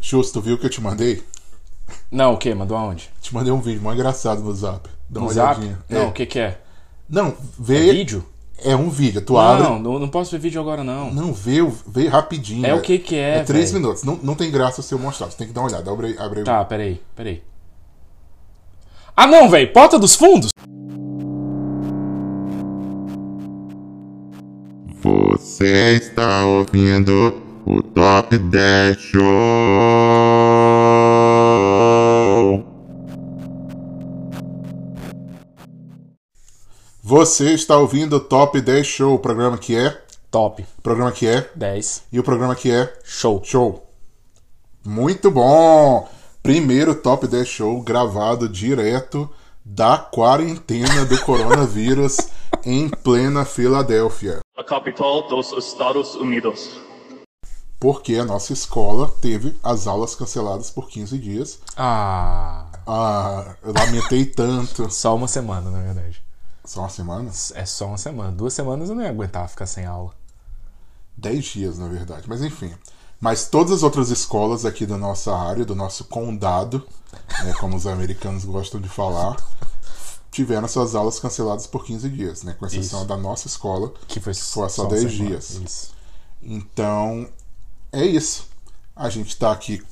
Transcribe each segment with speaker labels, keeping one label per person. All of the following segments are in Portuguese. Speaker 1: Justo, tu viu o que eu te mandei?
Speaker 2: Não, o quê? Mandou aonde?
Speaker 1: Te mandei um vídeo mó engraçado no zap. Dá uma
Speaker 2: No zap?
Speaker 1: olhadinha.
Speaker 2: Não,
Speaker 1: é.
Speaker 2: o que que é?
Speaker 1: Não,
Speaker 2: É
Speaker 1: vê.
Speaker 2: vídeo?
Speaker 1: É, um vídeo. Tu abre.
Speaker 2: Não, não, não posso ver vídeo agora, não.
Speaker 1: Não, vê, o- vê rapidinho.
Speaker 2: É o que que é,
Speaker 1: É três
Speaker 2: velho?
Speaker 1: minutos. Não, não tem graça se eu mostrar. Você tem que dar uma olhada. Abre, aí- abre aí.
Speaker 2: Tá, peraí, peraí. Ah, não, velho! Porta dos Fundos?
Speaker 3: Você está ouvindo o Top 10 Show.
Speaker 1: Você está ouvindo o Top 10 Show, o programa que é,
Speaker 2: Top.
Speaker 1: o programa que é
Speaker 2: 10.
Speaker 1: e o programa que é
Speaker 2: Show.
Speaker 1: Show. Muito bom! Primeiro Top 10 Show gravado direto da quarentena do coronavírus em plena Filadélfia.
Speaker 4: a capital dos Estados Unidos.
Speaker 1: Porque a nossa escola teve as aulas canceladas por 15 dias.
Speaker 2: Ah,
Speaker 1: Ah, eu lamentei tanto.
Speaker 2: só uma semana, na verdade.
Speaker 1: Só uma semana?
Speaker 2: É só uma semana. Duas semanas eu não ia aguentar ficar sem aula.
Speaker 1: 10 dias, na verdade. Mas enfim. Mas todas as outras escolas aqui da nossa área, do nosso condado, né, como os americanos gostam de falar, tiveram suas aulas canceladas por 15 dias, né? Com exceção
Speaker 2: Isso.
Speaker 1: da nossa escola.
Speaker 2: Que foi
Speaker 1: Foi só
Speaker 2: uma
Speaker 1: 10
Speaker 2: semana.
Speaker 1: dias.
Speaker 2: Isso.
Speaker 1: Então, é isso. A gente tá aqui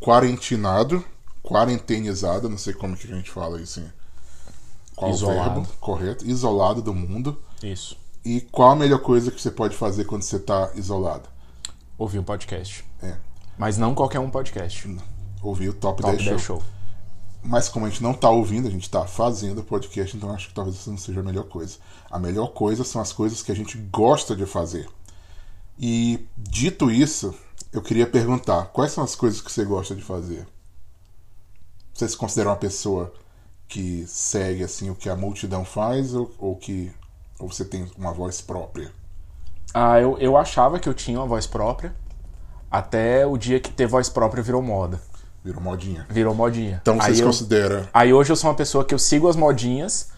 Speaker 1: quarentinado, quarentenizado, não sei como que a gente fala isso em qual
Speaker 2: Isolado.
Speaker 1: verbo, correto? Isolado do mundo.
Speaker 2: Isso.
Speaker 1: E qual a melhor coisa que você pode fazer quando você tá isolado?
Speaker 2: Ouvi um podcast.
Speaker 1: É.
Speaker 2: Mas não qualquer um podcast.
Speaker 1: Ouvir o top,
Speaker 2: Top
Speaker 1: 10
Speaker 2: 10
Speaker 1: show.
Speaker 2: show.
Speaker 1: Mas como a gente não tá ouvindo, a gente tá fazendo o podcast, então acho que talvez isso não seja a melhor coisa. A melhor coisa são as coisas que a gente gosta de fazer. E dito isso, eu queria perguntar, quais são as coisas que você gosta de fazer? Você se considera uma pessoa que segue assim o que a multidão faz ou, ou que ou você tem uma voz própria?
Speaker 2: Ah, eu, eu achava que eu tinha uma voz própria. Até o dia que ter voz própria virou moda.
Speaker 1: Virou um modinha.
Speaker 2: Virou modinha.
Speaker 1: Então você
Speaker 2: aí,
Speaker 1: se
Speaker 2: eu,
Speaker 1: considera
Speaker 2: aí hoje eu sou uma pessoa que eu sigo as modinhas,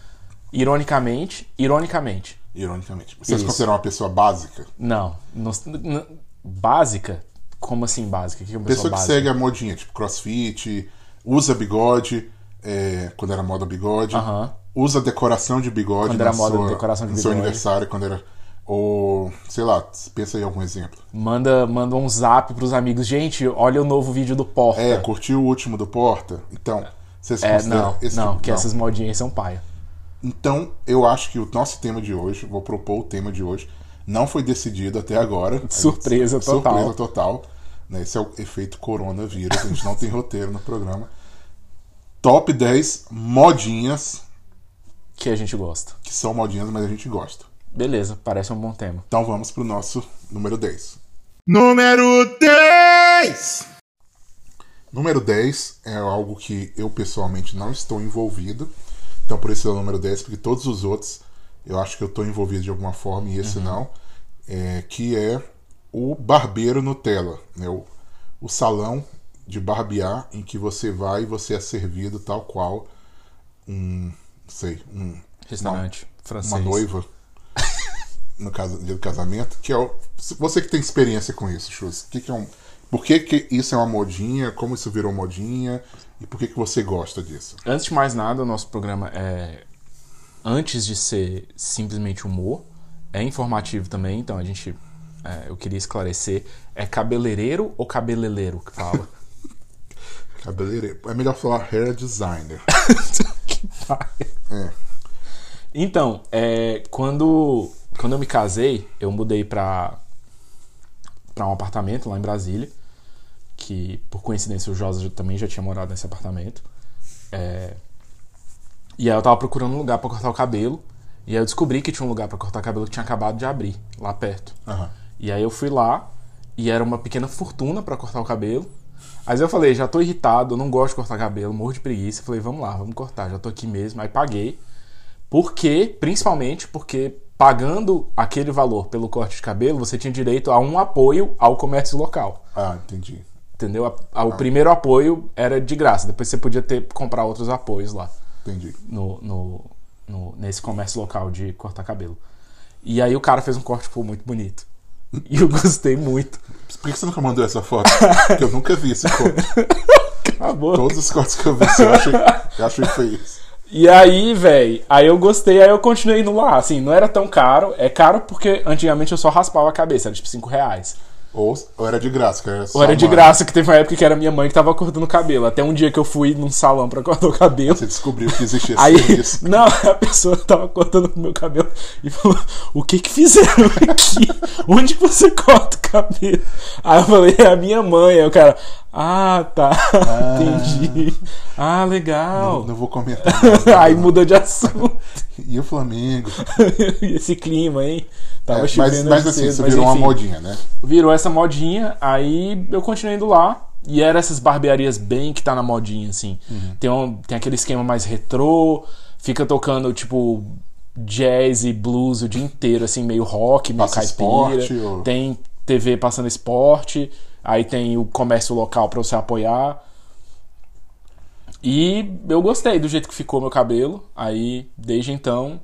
Speaker 2: ironicamente, ironicamente.
Speaker 1: ironicamente, você se
Speaker 2: Isso.
Speaker 1: considera uma pessoa básica?
Speaker 2: Não. não- n- básica? Como assim básica? O que é uma
Speaker 1: Pessoa
Speaker 2: pessoa,
Speaker 1: que
Speaker 2: básica?
Speaker 1: segue a modinha, tipo crossfit, usa bigode, é, quando era moda bigode,
Speaker 2: Aham.
Speaker 1: usa decoração de bigode
Speaker 2: Quando era
Speaker 1: na
Speaker 2: moda
Speaker 1: sua-
Speaker 2: decoração de
Speaker 1: no seu
Speaker 2: bigode.
Speaker 1: aniversário, quando era. Ou, sei lá, pensa aí em algum exemplo.
Speaker 2: Manda, manda um zap pros amigos. Gente, olha o novo vídeo do Porta.
Speaker 1: É, curtiu o último do Porta? Então, você se
Speaker 2: É,
Speaker 1: considera
Speaker 2: não,
Speaker 1: esse
Speaker 2: não,
Speaker 1: tipo-
Speaker 2: que essas modinhas aí são paia.
Speaker 1: Então, eu acho que o nosso tema de hoje, vou propor o tema de hoje, não foi decidido até agora.
Speaker 2: Surpresa total.
Speaker 1: Surpresa total. né? Esse é o efeito coronavírus, a gente não tem roteiro no programa. Top 10 modinhas,
Speaker 2: Que a gente gosta.
Speaker 1: que são modinhas, mas a gente gosta.
Speaker 2: Beleza, parece um bom tema.
Speaker 1: Então vamos pro nosso número 10.
Speaker 3: Número 10!
Speaker 1: Número 10 é algo que eu pessoalmente não estou envolvido. Então por isso é o número 10, porque todos os outros eu acho que eu estou envolvido de alguma forma e esse não. É, que é o barbeiro Nutella, né? O, o salão de barbear em que você vai e você é servido tal qual um, não sei, um
Speaker 2: Restaurante francês.
Speaker 1: uma noiva no caso dia do casamento, que é o, se- você que tem experiência com isso, Chus, o que, que é um, por que, que isso é uma modinha, como isso virou modinha e por que, que você gosta disso?
Speaker 2: Antes de mais nada, o nosso programa é. Antes de ser simplesmente humor, é informativo também, então a gente. é, eu queria esclarecer. É cabeleireiro ou cabeleireiro que fala?
Speaker 1: Cabeleireiro, é melhor falar hair designer.
Speaker 2: que paia. Então, é, quando, quando eu me casei, eu mudei pra, pra um apartamento lá em Brasília. Que, por coincidência, o Josa já- também já tinha morado nesse apartamento. É, e aí eu tava procurando um lugar pra cortar o cabelo. E aí eu descobri que tinha um lugar pra cortar cabelo que tinha acabado de abrir, lá perto.
Speaker 1: Aham.
Speaker 2: E aí eu fui lá e era uma pequena fortuna pra cortar o cabelo. Mas eu falei, já tô irritado, eu não gosto de cortar cabelo, morro de preguiça. Falei, vamos lá, vamos cortar, já tô aqui mesmo. Aí paguei. Porque, principalmente porque pagando aquele valor pelo corte de cabelo, você tinha direito a um apoio ao comércio local.
Speaker 1: Ah, entendi.
Speaker 2: Entendeu? A- a- O primeiro apoio era de graça, depois você podia ter comprar outros apoios lá
Speaker 1: Entendi.
Speaker 2: no, no- no- nesse comércio local de cortar cabelo. E aí o cara fez um corte, pô, tipo, muito bonito. E eu gostei muito.
Speaker 1: Por que você nunca mandou essa foto? Porque eu nunca vi esse corte.
Speaker 2: Acabou.
Speaker 1: Todos os cortes que eu vi, eu achei, eu achei feio.
Speaker 2: E aí, velho, aí eu gostei, aí eu continuei indo lá. Assim, não era tão caro. É caro porque antigamente eu só raspava a cabeça, era tipo 5 reais.
Speaker 1: Ou, ou era de graça, que era só
Speaker 2: Ou era de
Speaker 1: uma-
Speaker 2: graça, que teve uma época que era minha mãe que tava cortando o cabelo. Até um dia que eu fui num salão pra cortar o cabelo.
Speaker 1: Você descobriu que existia
Speaker 2: Aí,
Speaker 1: esse serviço.
Speaker 2: não, a pessoa tava cortando o meu cabelo e falou: O que que fizeram aqui? Onde que você corta o cabelo? Aí eu falei: É a minha mãe. Aí o cara: Ah, tá, entendi. Ah, legal.
Speaker 1: Não vou comentar. mais.
Speaker 2: Aí mudou de assunto.
Speaker 1: E o Flamengo?
Speaker 2: Esse clima, hein?
Speaker 1: É,
Speaker 2: Tava chovendo
Speaker 1: mas, mas
Speaker 2: de
Speaker 1: assim,
Speaker 2: cedo,
Speaker 1: você
Speaker 2: mas
Speaker 1: virou uma
Speaker 2: enfim.
Speaker 1: modinha, né?
Speaker 2: Virou essa modinha, aí eu continuei indo lá. E era essas barbearias bem que tá na modinha, assim.
Speaker 1: Uhum.
Speaker 2: Tem, um, tem aquele esquema mais retrô, fica tocando, tipo, jazz e blues o dia inteiro, assim, meio rock, meio
Speaker 1: Passa
Speaker 2: caipira.
Speaker 1: esporte, ou-
Speaker 2: Tem TV passando esporte, aí tem o comércio local pra você apoiar. E eu gostei do jeito que ficou meu cabelo. Aí, desde então,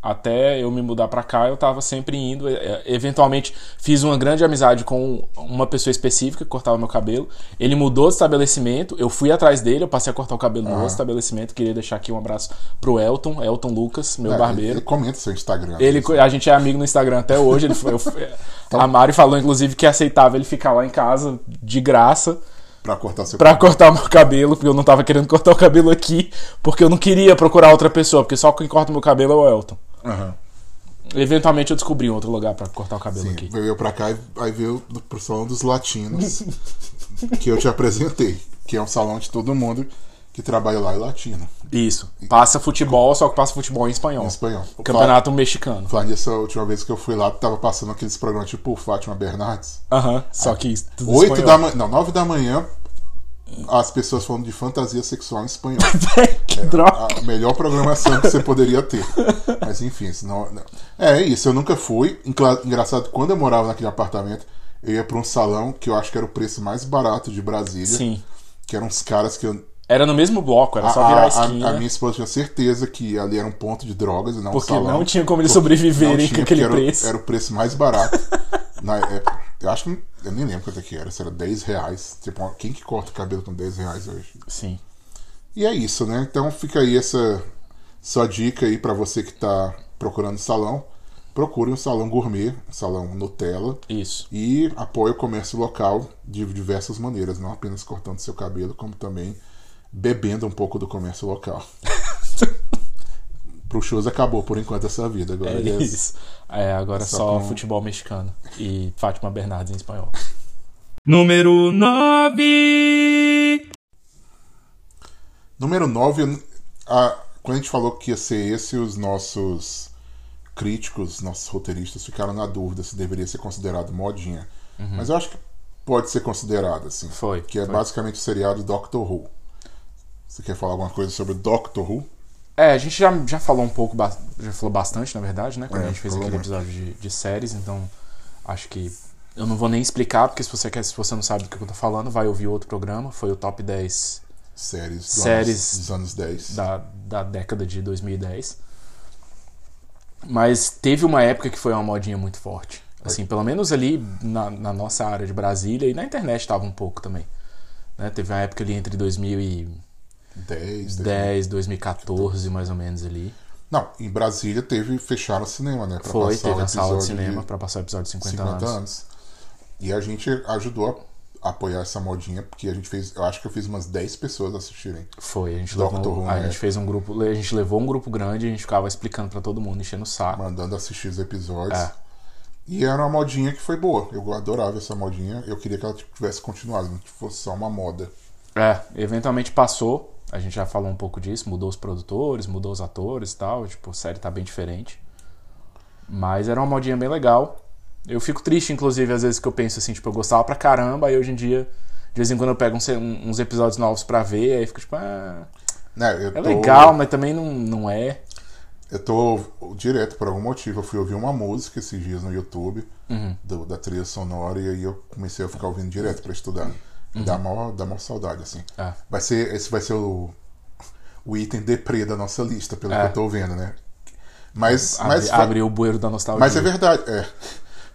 Speaker 2: até eu me mudar pra cá, eu tava sempre indo. E- e- Eventualmente, fiz uma grande amizade com uma pessoa específica que cortava meu cabelo. Ele mudou de estabelecimento, eu fui atrás dele, eu passei a cortar o cabelo no outro estabelecimento. Queria deixar aqui um abraço pro Elton, Elton Lucas, meu
Speaker 1: É,
Speaker 2: barbeiro.
Speaker 1: Ele comenta seu Instagram. né,
Speaker 2: Ele, a gente é amigo no Instagram até hoje. Ele foi- eu- a Mari falou, inclusive, que aceitava ele ficar lá em casa de graça
Speaker 1: Pra cortar seu
Speaker 2: pra cortar o meu cabelo, porque eu não tava querendo cortar o cabelo aqui, porque eu não queria procurar outra pessoa, porque só quem corta o meu cabelo é o Elton.
Speaker 1: Aham.
Speaker 2: Eventualmente eu descobri um outro lugar pra cortar o cabelo
Speaker 1: Sim,
Speaker 2: aqui.
Speaker 1: veio pra cá e aí veio do- pro salão dos latinos que eu te apresentei, que é um salão de todo mundo que trabalha lá é latino,
Speaker 2: Isso. Passa futebol, só que passa futebol em espanhol.
Speaker 1: em espanhol.
Speaker 2: Campeonato mexicano.
Speaker 1: Falar nisso, a última vez que eu fui lá, tava passando aqueles programas tipo Fátima Bernardes.
Speaker 2: Aham. Só que isso tudo
Speaker 1: oito
Speaker 2: espanhol.
Speaker 1: da manhã. Não, 9 da manhã, as pessoas falando de fantasia sexual em espanhol.
Speaker 2: que droga.
Speaker 1: É, a melhor programação que você poderia ter. Mas enfim, senão. não. É é isso, eu nunca fui. Encla- Engraçado, quando eu morava naquele apartamento, eu ia pra um salão que eu acho que era o preço mais barato de Brasília.
Speaker 2: Sim.
Speaker 1: Que eram uns caras que eu.
Speaker 2: Era no mesmo bloco, era
Speaker 1: A,
Speaker 2: só virar
Speaker 1: a-
Speaker 2: a,
Speaker 1: a-
Speaker 2: esquina.
Speaker 1: a minha esposa tinha certeza que ali era um ponto de drogas e não
Speaker 2: Porque
Speaker 1: um salão.
Speaker 2: não tinha como eles
Speaker 1: Porque
Speaker 2: sobreviverem
Speaker 1: não
Speaker 2: com aquele
Speaker 1: porque era, o-
Speaker 2: preço.
Speaker 1: Era o preço mais barato. Na época. Eu acho que. Eu nem lembro quanto é que era, se era 10 reais. Tipo, quem que corta o cabelo com 10 reais hoje?
Speaker 2: Sim.
Speaker 1: E é isso, né? Então fica aí essa sua dica aí pra você que tá procurando salão. Procure um salão gourmet, um salão Nutella
Speaker 2: Isso.
Speaker 1: e apoie o comércio local de diversas maneiras, não apenas cortando seu cabelo, como também bebendo um pouco do comércio local. Pro shows acabou por enquanto essa vida agora.
Speaker 2: É
Speaker 1: ele é-
Speaker 2: isso. É, agora
Speaker 1: Só
Speaker 2: só
Speaker 1: com-
Speaker 2: futebol mexicano e Fátima Bernardes em espanhol.
Speaker 5: Número 9.
Speaker 1: Número 9, quando a gente falou que ia ser esse, os nossos críticos, nossos roteiristas ficaram na dúvida se deveria ser considerado modinha. Mas eu acho que pode ser considerado, assim.
Speaker 2: Uhum. Foi,
Speaker 1: Que é
Speaker 2: foi.
Speaker 1: basicamente o seriado Doctor Who. Você quer falar alguma coisa sobre Doctor Who?
Speaker 2: É, a gente já, já falou um pouco, ba- já falou bastante, na verdade, né? Quando
Speaker 1: É,
Speaker 2: a gente fez
Speaker 1: falou
Speaker 2: aquele
Speaker 1: muito.
Speaker 2: episódio de, de séries, então acho que eu não vou nem explicar, porque se você quer, se você não sabe do que eu tô falando, vai ouvir outro programa. Foi o top 10
Speaker 1: Séries, dos
Speaker 2: Séries
Speaker 1: anos, dos anos 10.
Speaker 2: da, da década de 2010. Mas teve uma época que foi uma modinha muito forte. Assim, pelo menos ali na, na nossa área de Brasília e na internet tava um pouco também. né? Teve uma época ali entre 2010,
Speaker 1: 10, 10.
Speaker 2: 2014, mais ou menos ali.
Speaker 1: Não, em Brasília teve fechar o cinema, né? Pra
Speaker 2: Foi,
Speaker 1: passar
Speaker 2: teve
Speaker 1: o
Speaker 2: a sala de
Speaker 1: episódio
Speaker 2: cinema pra passar o episódio de 50,
Speaker 1: 50
Speaker 2: anos.
Speaker 1: anos. Então, assim, E a gente ajudou a apoiar essa modinha, porque a gente fez. Eu acho que eu fiz umas 10 pessoas assistirem.
Speaker 2: Foi, a gente
Speaker 1: Doctor
Speaker 2: levou,
Speaker 1: Who,
Speaker 2: a
Speaker 1: né?
Speaker 2: gente fez um grupo, a gente levou um grupo grande, a gente ficava explicando pra todo mundo, enchendo o saco.
Speaker 1: mandando assistir os episódios.
Speaker 2: É.
Speaker 1: E era uma modinha que foi boa. Eu adorava essa modinha. Eu queria que ela tivesse continuado, não que fosse só uma moda.
Speaker 2: É, eventualmente passou, a gente já falou um pouco disso, mudou os produtores, mudou os atores e tal, tipo, a série tá bem diferente. Mas era uma modinha bem legal. Eu fico triste, inclusive, às vezes que eu penso assim, tipo, eu gostava pra caramba, e hoje em dia, de vez em quando eu pego uns, uns episódios novos pra ver, aí fica tipo, ah,
Speaker 1: Né, eu
Speaker 2: é
Speaker 1: tô-
Speaker 2: legal, mas também não, não é.
Speaker 1: Eu tô direto, por algum motivo, eu fui ouvir uma música esses dias no YouTube
Speaker 2: Uhum.
Speaker 1: do- da trilha sonora e aí eu comecei a ficar ouvindo direto pra estudar. Dá mó, dá mó saudade, assim.
Speaker 2: Uhum. É.
Speaker 1: Vai ser, esse vai ser o, o item deprê da nossa lista, pelo
Speaker 2: É.
Speaker 1: que eu tô vendo, né? Mas,
Speaker 2: Abre,
Speaker 1: mas,
Speaker 2: abriu o bueiro da nostalgia.
Speaker 1: mas é verdade, é.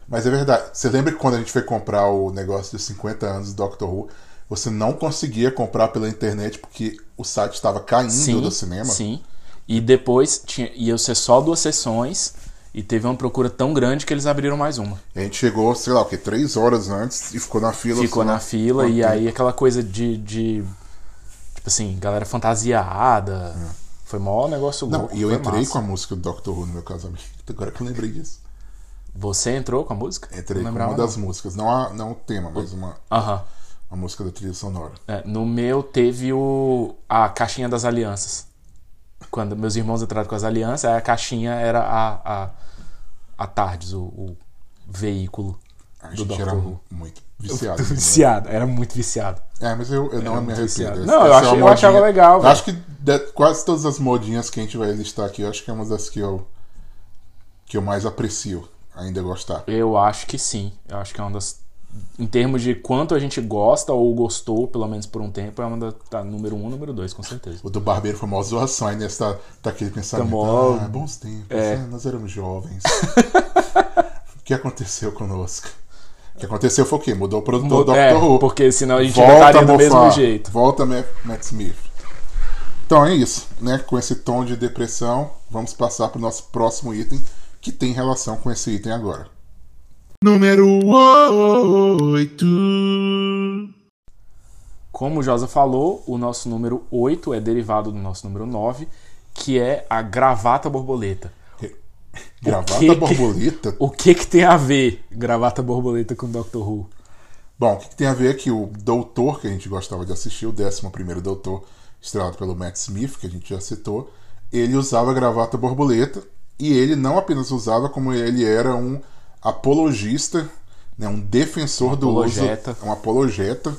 Speaker 1: Mas é verdade. Você lembra que quando a gente foi comprar o negócio dos 50 anos do Doctor Who, você não conseguia comprar pela internet porque o site estava caindo
Speaker 2: Sim,
Speaker 1: do cinema?
Speaker 2: Sim. E depois tinha, ia ser só duas sessões e teve uma procura tão grande que eles abriram mais uma.
Speaker 1: E a gente chegou, sei lá, o que, três horas antes e ficou na fila.
Speaker 2: Ficou
Speaker 1: sei lá,
Speaker 2: na fila
Speaker 1: quanto
Speaker 2: e
Speaker 1: tempo.
Speaker 2: aí aquela coisa de. de tipo assim, galera fantasiada. Foi mó negócio
Speaker 1: É. Não,
Speaker 2: louco.
Speaker 1: e eu
Speaker 2: foi
Speaker 1: entrei
Speaker 2: massa.
Speaker 1: com a música do Doctor Who no meu casamento. Agora que eu lembrei disso.
Speaker 2: Você entrou com a música?
Speaker 1: Entrei
Speaker 2: Não
Speaker 1: com
Speaker 2: lembrava,
Speaker 1: uma das músicas. Não, a, não o tema, mas uma,
Speaker 2: não. Aham.
Speaker 1: uma música da trilha sonora.
Speaker 2: É, no meu teve o a caixinha das alianças. Quando meus irmãos entraram com as alianças, aí a caixinha era a, a, a Tardes, o, o veículo
Speaker 1: A
Speaker 2: do
Speaker 1: gente
Speaker 2: Doctor
Speaker 1: era
Speaker 2: Who.
Speaker 1: muito viciado. né?
Speaker 2: Viciado, era muito viciado.
Speaker 1: É, mas eu, eu não
Speaker 2: Era
Speaker 1: me
Speaker 2: muito viciado.
Speaker 1: arrependo.
Speaker 2: Não, eu
Speaker 1: é
Speaker 2: achei-
Speaker 1: uma
Speaker 2: eu achava
Speaker 1: modinha-
Speaker 2: legal, velho.
Speaker 1: Acho que de- quase todas as modinhas que a gente vai listar aqui, eu acho que é uma das que eu, que eu mais aprecio ainda gostar.
Speaker 2: Eu acho que sim. Eu acho que é uma das. Em termos de quanto a gente gosta ou gostou, pelo menos por um tempo, é uma da tá, número um, número dois, com certeza.
Speaker 1: O do Barbeiro foi mó zoação, aí nessa tá aquele pensamento.
Speaker 2: Tá mó-
Speaker 1: Ah, bons tempos,
Speaker 2: É.
Speaker 1: né? nós éramos jovens. o que aconteceu conosco? O que aconteceu foi o quê? Mudou o produtor do
Speaker 2: é,
Speaker 1: Doctor Who.
Speaker 2: porque senão a gente ainda estaria do mesmo jeito.
Speaker 1: Volta Matt, Matt Smith. Então é isso, né? Com esse tom de depressão, vamos passar pro nosso próximo item, que tem relação com esse item agora.
Speaker 3: Número 8.
Speaker 2: Como o Josa falou, o nosso número 8 é derivado do nosso número 9, que é a gravata borboleta.
Speaker 1: Gravata
Speaker 2: que que-
Speaker 1: borboleta?
Speaker 2: O que que tem a ver gravata borboleta com Doctor Who?
Speaker 1: Bom, o que, que tem a ver é que o Doutor, que a gente gostava de assistir, o 11 Doutor, estrelado pelo Matt Smith, que a gente já citou, ele usava gravata borboleta e ele não apenas usava, como ele era um apologista, né, um defensor do
Speaker 2: apologeta.
Speaker 1: uso, um apologeta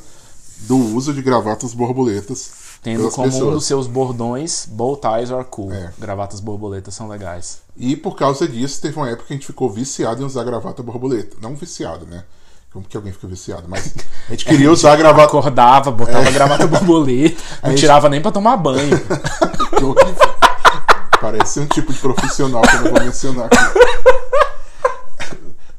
Speaker 1: do uso de gravatas borboletas
Speaker 2: Tendo
Speaker 1: pelas
Speaker 2: como um
Speaker 1: pessoas.
Speaker 2: dos seus bordões, bow ties are cool.
Speaker 1: É.
Speaker 2: Gravatas borboletas são legais.
Speaker 1: E por causa disso, teve uma época que a gente ficou viciado em usar gravata borboleta. Não viciado, né? Como que alguém fica viciado? Mas a
Speaker 2: É,
Speaker 1: gente queria usar a gravata
Speaker 2: Acordava,
Speaker 1: É.
Speaker 2: botava gravata borboleta, não
Speaker 1: gente-
Speaker 2: tirava nem pra tomar banho.
Speaker 1: Que horrível. Parece um tipo de profissional que eu não vou mencionar aqui.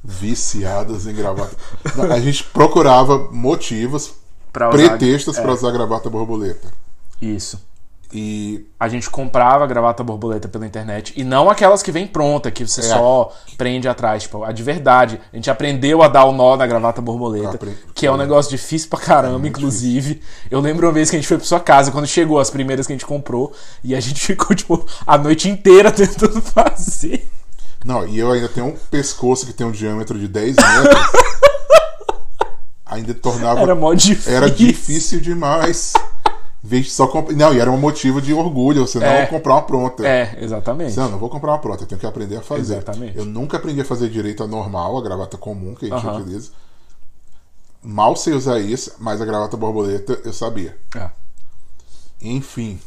Speaker 1: Viciadas em gravata. Não, A gente procurava motivos,
Speaker 2: Pra usar- é.
Speaker 1: pretextos pra usar gravata borboleta.
Speaker 2: Isso.
Speaker 1: E
Speaker 2: A gente comprava gravata borboleta pela internet e não aquelas que vem pronta, que você
Speaker 1: É.
Speaker 2: só prende atrás, tipo, a de verdade. A gente aprendeu a dar o nó na gravata borboleta,
Speaker 1: Apre- É,
Speaker 2: que é um negócio difícil pra caramba, inclusive. Eu lembro uma vez que a gente foi pra sua casa, quando chegou as primeiras que a gente comprou, e a gente ficou, tipo, a noite inteira tentando fazer.
Speaker 1: Não, e eu ainda tenho um pescoço que tem um diâmetro de 10 metros. ainda tornava.
Speaker 2: Era mó difícil.
Speaker 1: era difícil demais. Em vez de só comp... Não, e era um motivo de orgulho, você não
Speaker 2: É.
Speaker 1: comprar uma pronta.
Speaker 2: É, exatamente.
Speaker 1: Não, não vou comprar uma pronta, eu tenho que aprender a fazer.
Speaker 2: Exatamente.
Speaker 1: Eu nunca aprendi a fazer direito a normal, a gravata comum que a gente
Speaker 2: Aham.
Speaker 1: utiliza. Mal sei usar isso, mas a gravata borboleta eu sabia.
Speaker 2: É.
Speaker 1: Enfim,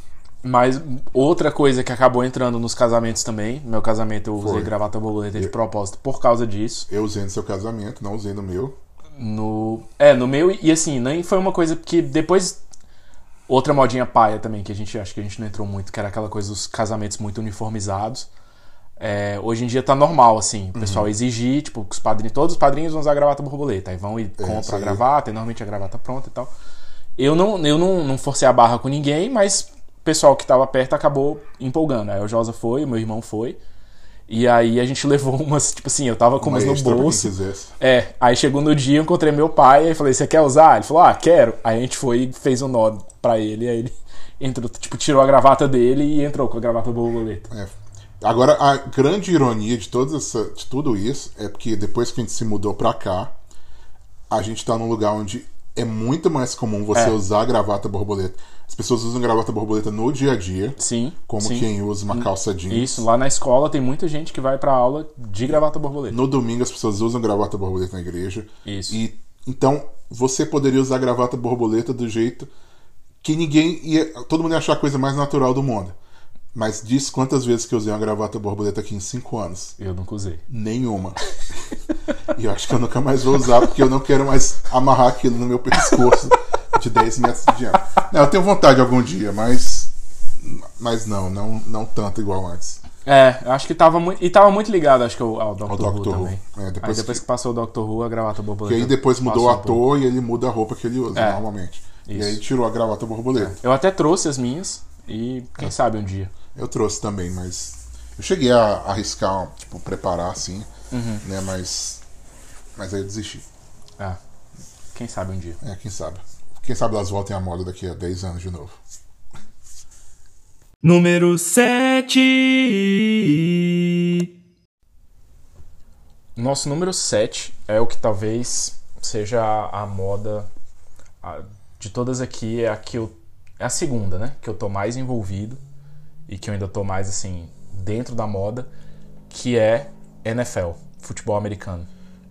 Speaker 2: Mas outra coisa que acabou entrando nos casamentos também, no meu casamento eu usei
Speaker 1: Foi.
Speaker 2: gravata borboleta de propósito por causa disso.
Speaker 1: eu usei no seu casamento, não usei no meu.
Speaker 2: No. É, no meu, e assim, nem foi uma coisa que depois. Outra modinha paia também, que a gente acho que a gente não entrou muito, que era aquela coisa dos casamentos muito uniformizados. É, hoje em dia tá normal, assim, o pessoal
Speaker 1: Uhum.
Speaker 2: exigir, tipo, que os padrinhos, todos os padrinhos vão usar gravata borboleta. Aí vão e
Speaker 1: É, isso
Speaker 2: compram a
Speaker 1: aí.
Speaker 2: gravata, e normalmente a gravata é pronta e tal. Eu não, eu não, não forcei a barra com ninguém, mas o pessoal que tava perto acabou empolgando. Aí o Josa foi, o meu irmão foi. E aí a gente levou umas, tipo assim, eu tava com umas
Speaker 1: Uma
Speaker 2: no
Speaker 1: é extra pra quem
Speaker 2: bolso.
Speaker 1: quisesse.
Speaker 2: É, aí chegou no dia, eu encontrei meu pai, aí falei, você quer usar? Ele falou, ah, quero. Aí a gente foi e fez um nó pra ele, aí ele entrou, tipo, tirou a gravata dele e entrou com a gravata borboleta.
Speaker 1: É. Agora, a grande ironia de, toda essa, de tudo isso é porque depois que a gente se mudou pra cá, a gente tá num lugar onde é muito mais comum você
Speaker 2: É.
Speaker 1: usar a gravata borboleta. As pessoas usam gravata borboleta no dia a dia,
Speaker 2: Sim,
Speaker 1: como é
Speaker 2: sim. Hum,
Speaker 1: quem usa uma calça jeans.
Speaker 2: Isso, lá na escola tem muita gente que vai pra aula de gravata borboleta.
Speaker 1: No domingo as pessoas usam gravata borboleta na igreja.
Speaker 2: Isso.
Speaker 1: E então você poderia usar gravata borboleta do jeito que ninguém ia, todo mundo ia achar a coisa mais natural do mundo. Mas diz quantas vezes que eu usei uma gravata borboleta aqui em cinco anos?
Speaker 2: Eu nunca usei.
Speaker 1: Nenhuma. e eu acho que eu nunca mais vou usar porque eu não quero mais amarrar aquilo no meu pescoço de 10 metros de diâmetro. Não, eu tenho vontade algum dia, mas mas não, não, não tanto igual antes.
Speaker 2: É, eu acho que tava muito. E tava muito ligado, acho que, ao, ao Doctor,
Speaker 1: Ao Doctor
Speaker 2: Who
Speaker 1: Who.
Speaker 2: também.
Speaker 1: É, depois
Speaker 2: aí depois que... passou o Doctor Who, a gravata borboleta.
Speaker 1: Porque aí depois mudou o
Speaker 2: passou um pouco.
Speaker 1: ator e ele muda a roupa que ele usa,
Speaker 2: É.
Speaker 1: normalmente. E
Speaker 2: Isso.
Speaker 1: aí tirou a gravata borboleta.
Speaker 2: Eu até trouxe as minhas e quem
Speaker 1: Ah.
Speaker 2: sabe um dia.
Speaker 1: Eu trouxe também, mas. Eu cheguei a arriscar, tipo, preparar assim,
Speaker 2: Uhum.
Speaker 1: né? Mas. Mas aí eu desisti.
Speaker 2: É. Quem sabe um dia.
Speaker 1: É, quem sabe. Quem sabe elas voltem à moda daqui a 10 anos de novo.
Speaker 5: Número 7.
Speaker 2: Nosso número 7 é o que talvez seja a, a moda a- de todas aqui, é a que eu. É a segunda, né? Que eu tô mais envolvido e que eu ainda tô mais assim, dentro da moda, que é NFL, futebol americano.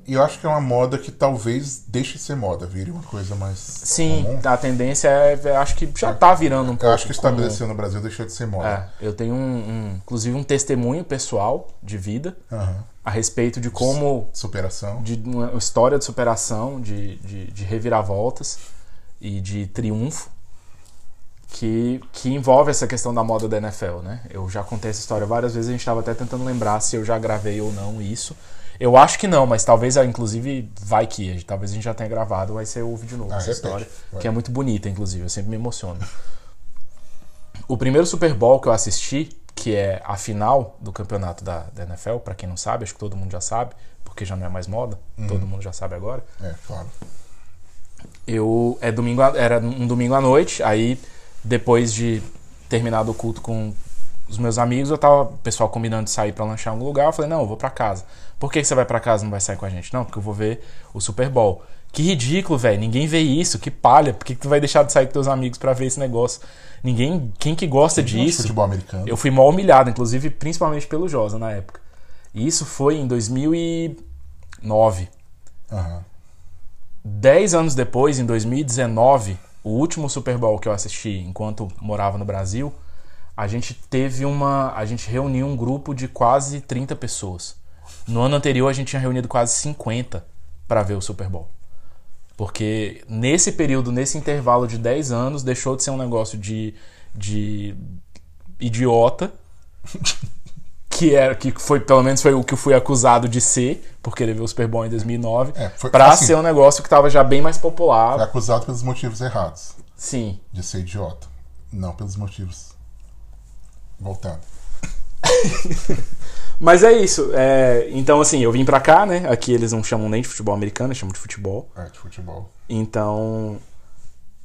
Speaker 1: E eu acho que é uma moda que talvez deixe de ser moda, vire uma coisa mais.
Speaker 2: Sim,
Speaker 1: comum.
Speaker 2: a tendência é. Acho que já tá virando um pouco.
Speaker 1: Eu acho que
Speaker 2: como-
Speaker 1: estabeleceu no Brasil deixou de ser moda.
Speaker 2: É, eu tenho um, um- inclusive um testemunho pessoal de vida
Speaker 1: Aham.
Speaker 2: a respeito de como
Speaker 1: Superação.
Speaker 2: de uma história de superação, de, de, de reviravoltas e de triunfo que, que envolve essa questão da moda da NFL, né? Eu já contei essa história várias vezes, a gente estava até tentando lembrar se eu já gravei ou não isso. Eu acho que não, mas talvez, ah, inclusive, vai que. a gente- Talvez a gente já tenha gravado, vai ser ouve de novo
Speaker 1: Ah,
Speaker 2: essa
Speaker 1: repete,
Speaker 2: história,
Speaker 1: vai.
Speaker 2: que é muito bonita, inclusive, eu sempre me emociono. O primeiro Super Bowl que eu assisti, que é a final do campeonato da, da NFL, pra quem não sabe, acho que todo mundo já sabe, porque já não é mais moda,
Speaker 1: Uhum.
Speaker 2: todo mundo já sabe agora.
Speaker 1: É, claro.
Speaker 2: Eu é domingo à- era um domingo à noite, aí depois de terminado o culto com os meus amigos, eu tava o pessoal combinando de sair pra lanchar em algum lugar, eu falei: "Não, eu vou pra casa". Por que que você vai pra casa, e não vai sair com a gente? Não, porque eu vou ver o Super Bowl. Que ridículo, velho. Ninguém vê isso, que palha. Por que, que tu vai deixar de sair com teus amigos pra ver esse negócio? Ninguém, quem que gosta
Speaker 1: Isso.
Speaker 2: disso?
Speaker 1: Futebol americano.
Speaker 2: Eu fui mal humilhado, inclusive, principalmente pelo Josa na época. E isso foi em 2009.
Speaker 1: Aham.
Speaker 2: Dez anos depois, em 2019, o último Super Bowl que eu assisti enquanto morava no Brasil, a gente teve uma. A gente reuniu um grupo de quase 30 pessoas. No ano anterior, a gente tinha reunido quase 50 para ver o Super Bowl. Porque nesse período, nesse intervalo de 10 anos, deixou de ser um negócio de, de idiota. Que, era, que foi, pelo menos foi o que eu fui acusado de ser, por querer ver o Super Bowl em 2009,
Speaker 1: É, foi-
Speaker 2: pra
Speaker 1: assim,
Speaker 2: ser um negócio que tava já bem mais
Speaker 1: Foi
Speaker 2: popular.
Speaker 1: É acusado pelos motivos errados
Speaker 2: Sim.
Speaker 1: de ser idiota. Não pelos motivos. Voltando.
Speaker 2: Mas é isso. é, então, assim, eu vim pra cá, né? Aqui eles não chamam nem de futebol americano, eles chamam de futebol.
Speaker 1: É, de futebol.
Speaker 2: Então,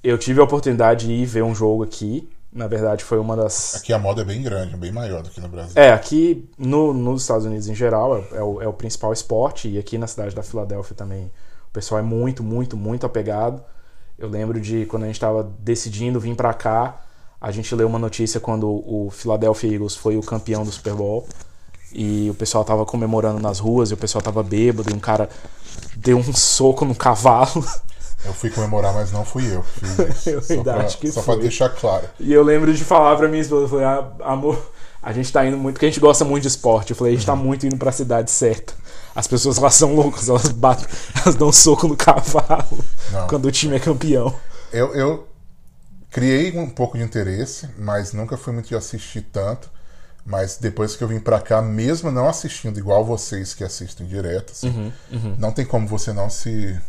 Speaker 2: eu tive a oportunidade de ir ver um jogo aqui. Na verdade, foi uma das.
Speaker 1: Aqui a moda é bem grande, bem maior do que no Brasil.
Speaker 2: É, aqui no- nos Estados Unidos em geral é, é o, é o principal esporte, e aqui na cidade da Filadélfia também o pessoal é muito, muito, muito apegado. Eu lembro de quando a gente estava decidindo vir pra cá, a gente leu uma notícia quando o Philadelphia Eagles foi o campeão do Super Bowl. E o pessoal tava comemorando nas ruas, e o pessoal tava bêbado, e um cara deu um soco no cavalo.
Speaker 1: Eu fui comemorar, mas não fui eu. que fiz
Speaker 2: Eu
Speaker 1: isso. só
Speaker 2: ainda
Speaker 1: pra,
Speaker 2: acho que
Speaker 1: só pra
Speaker 2: foi.
Speaker 1: deixar claro.
Speaker 2: E eu lembro de falar pra minha esposa, eu falei, "Ah, amor, a gente tá indo muito, porque a gente gosta muito de esporte. Eu falei, a gente tá muito indo pra cidade certa. As pessoas lá são loucas, elas batem, elas dão um soco no cavalo
Speaker 1: Não.
Speaker 2: quando o time é campeão.
Speaker 1: Eu, eu criei um pouco de interesse, mas nunca fui muito de assistir tanto. Mas depois que eu vim pra cá, mesmo não assistindo igual vocês que assistem direto, assim,
Speaker 2: Uhum,
Speaker 1: não tem como você não se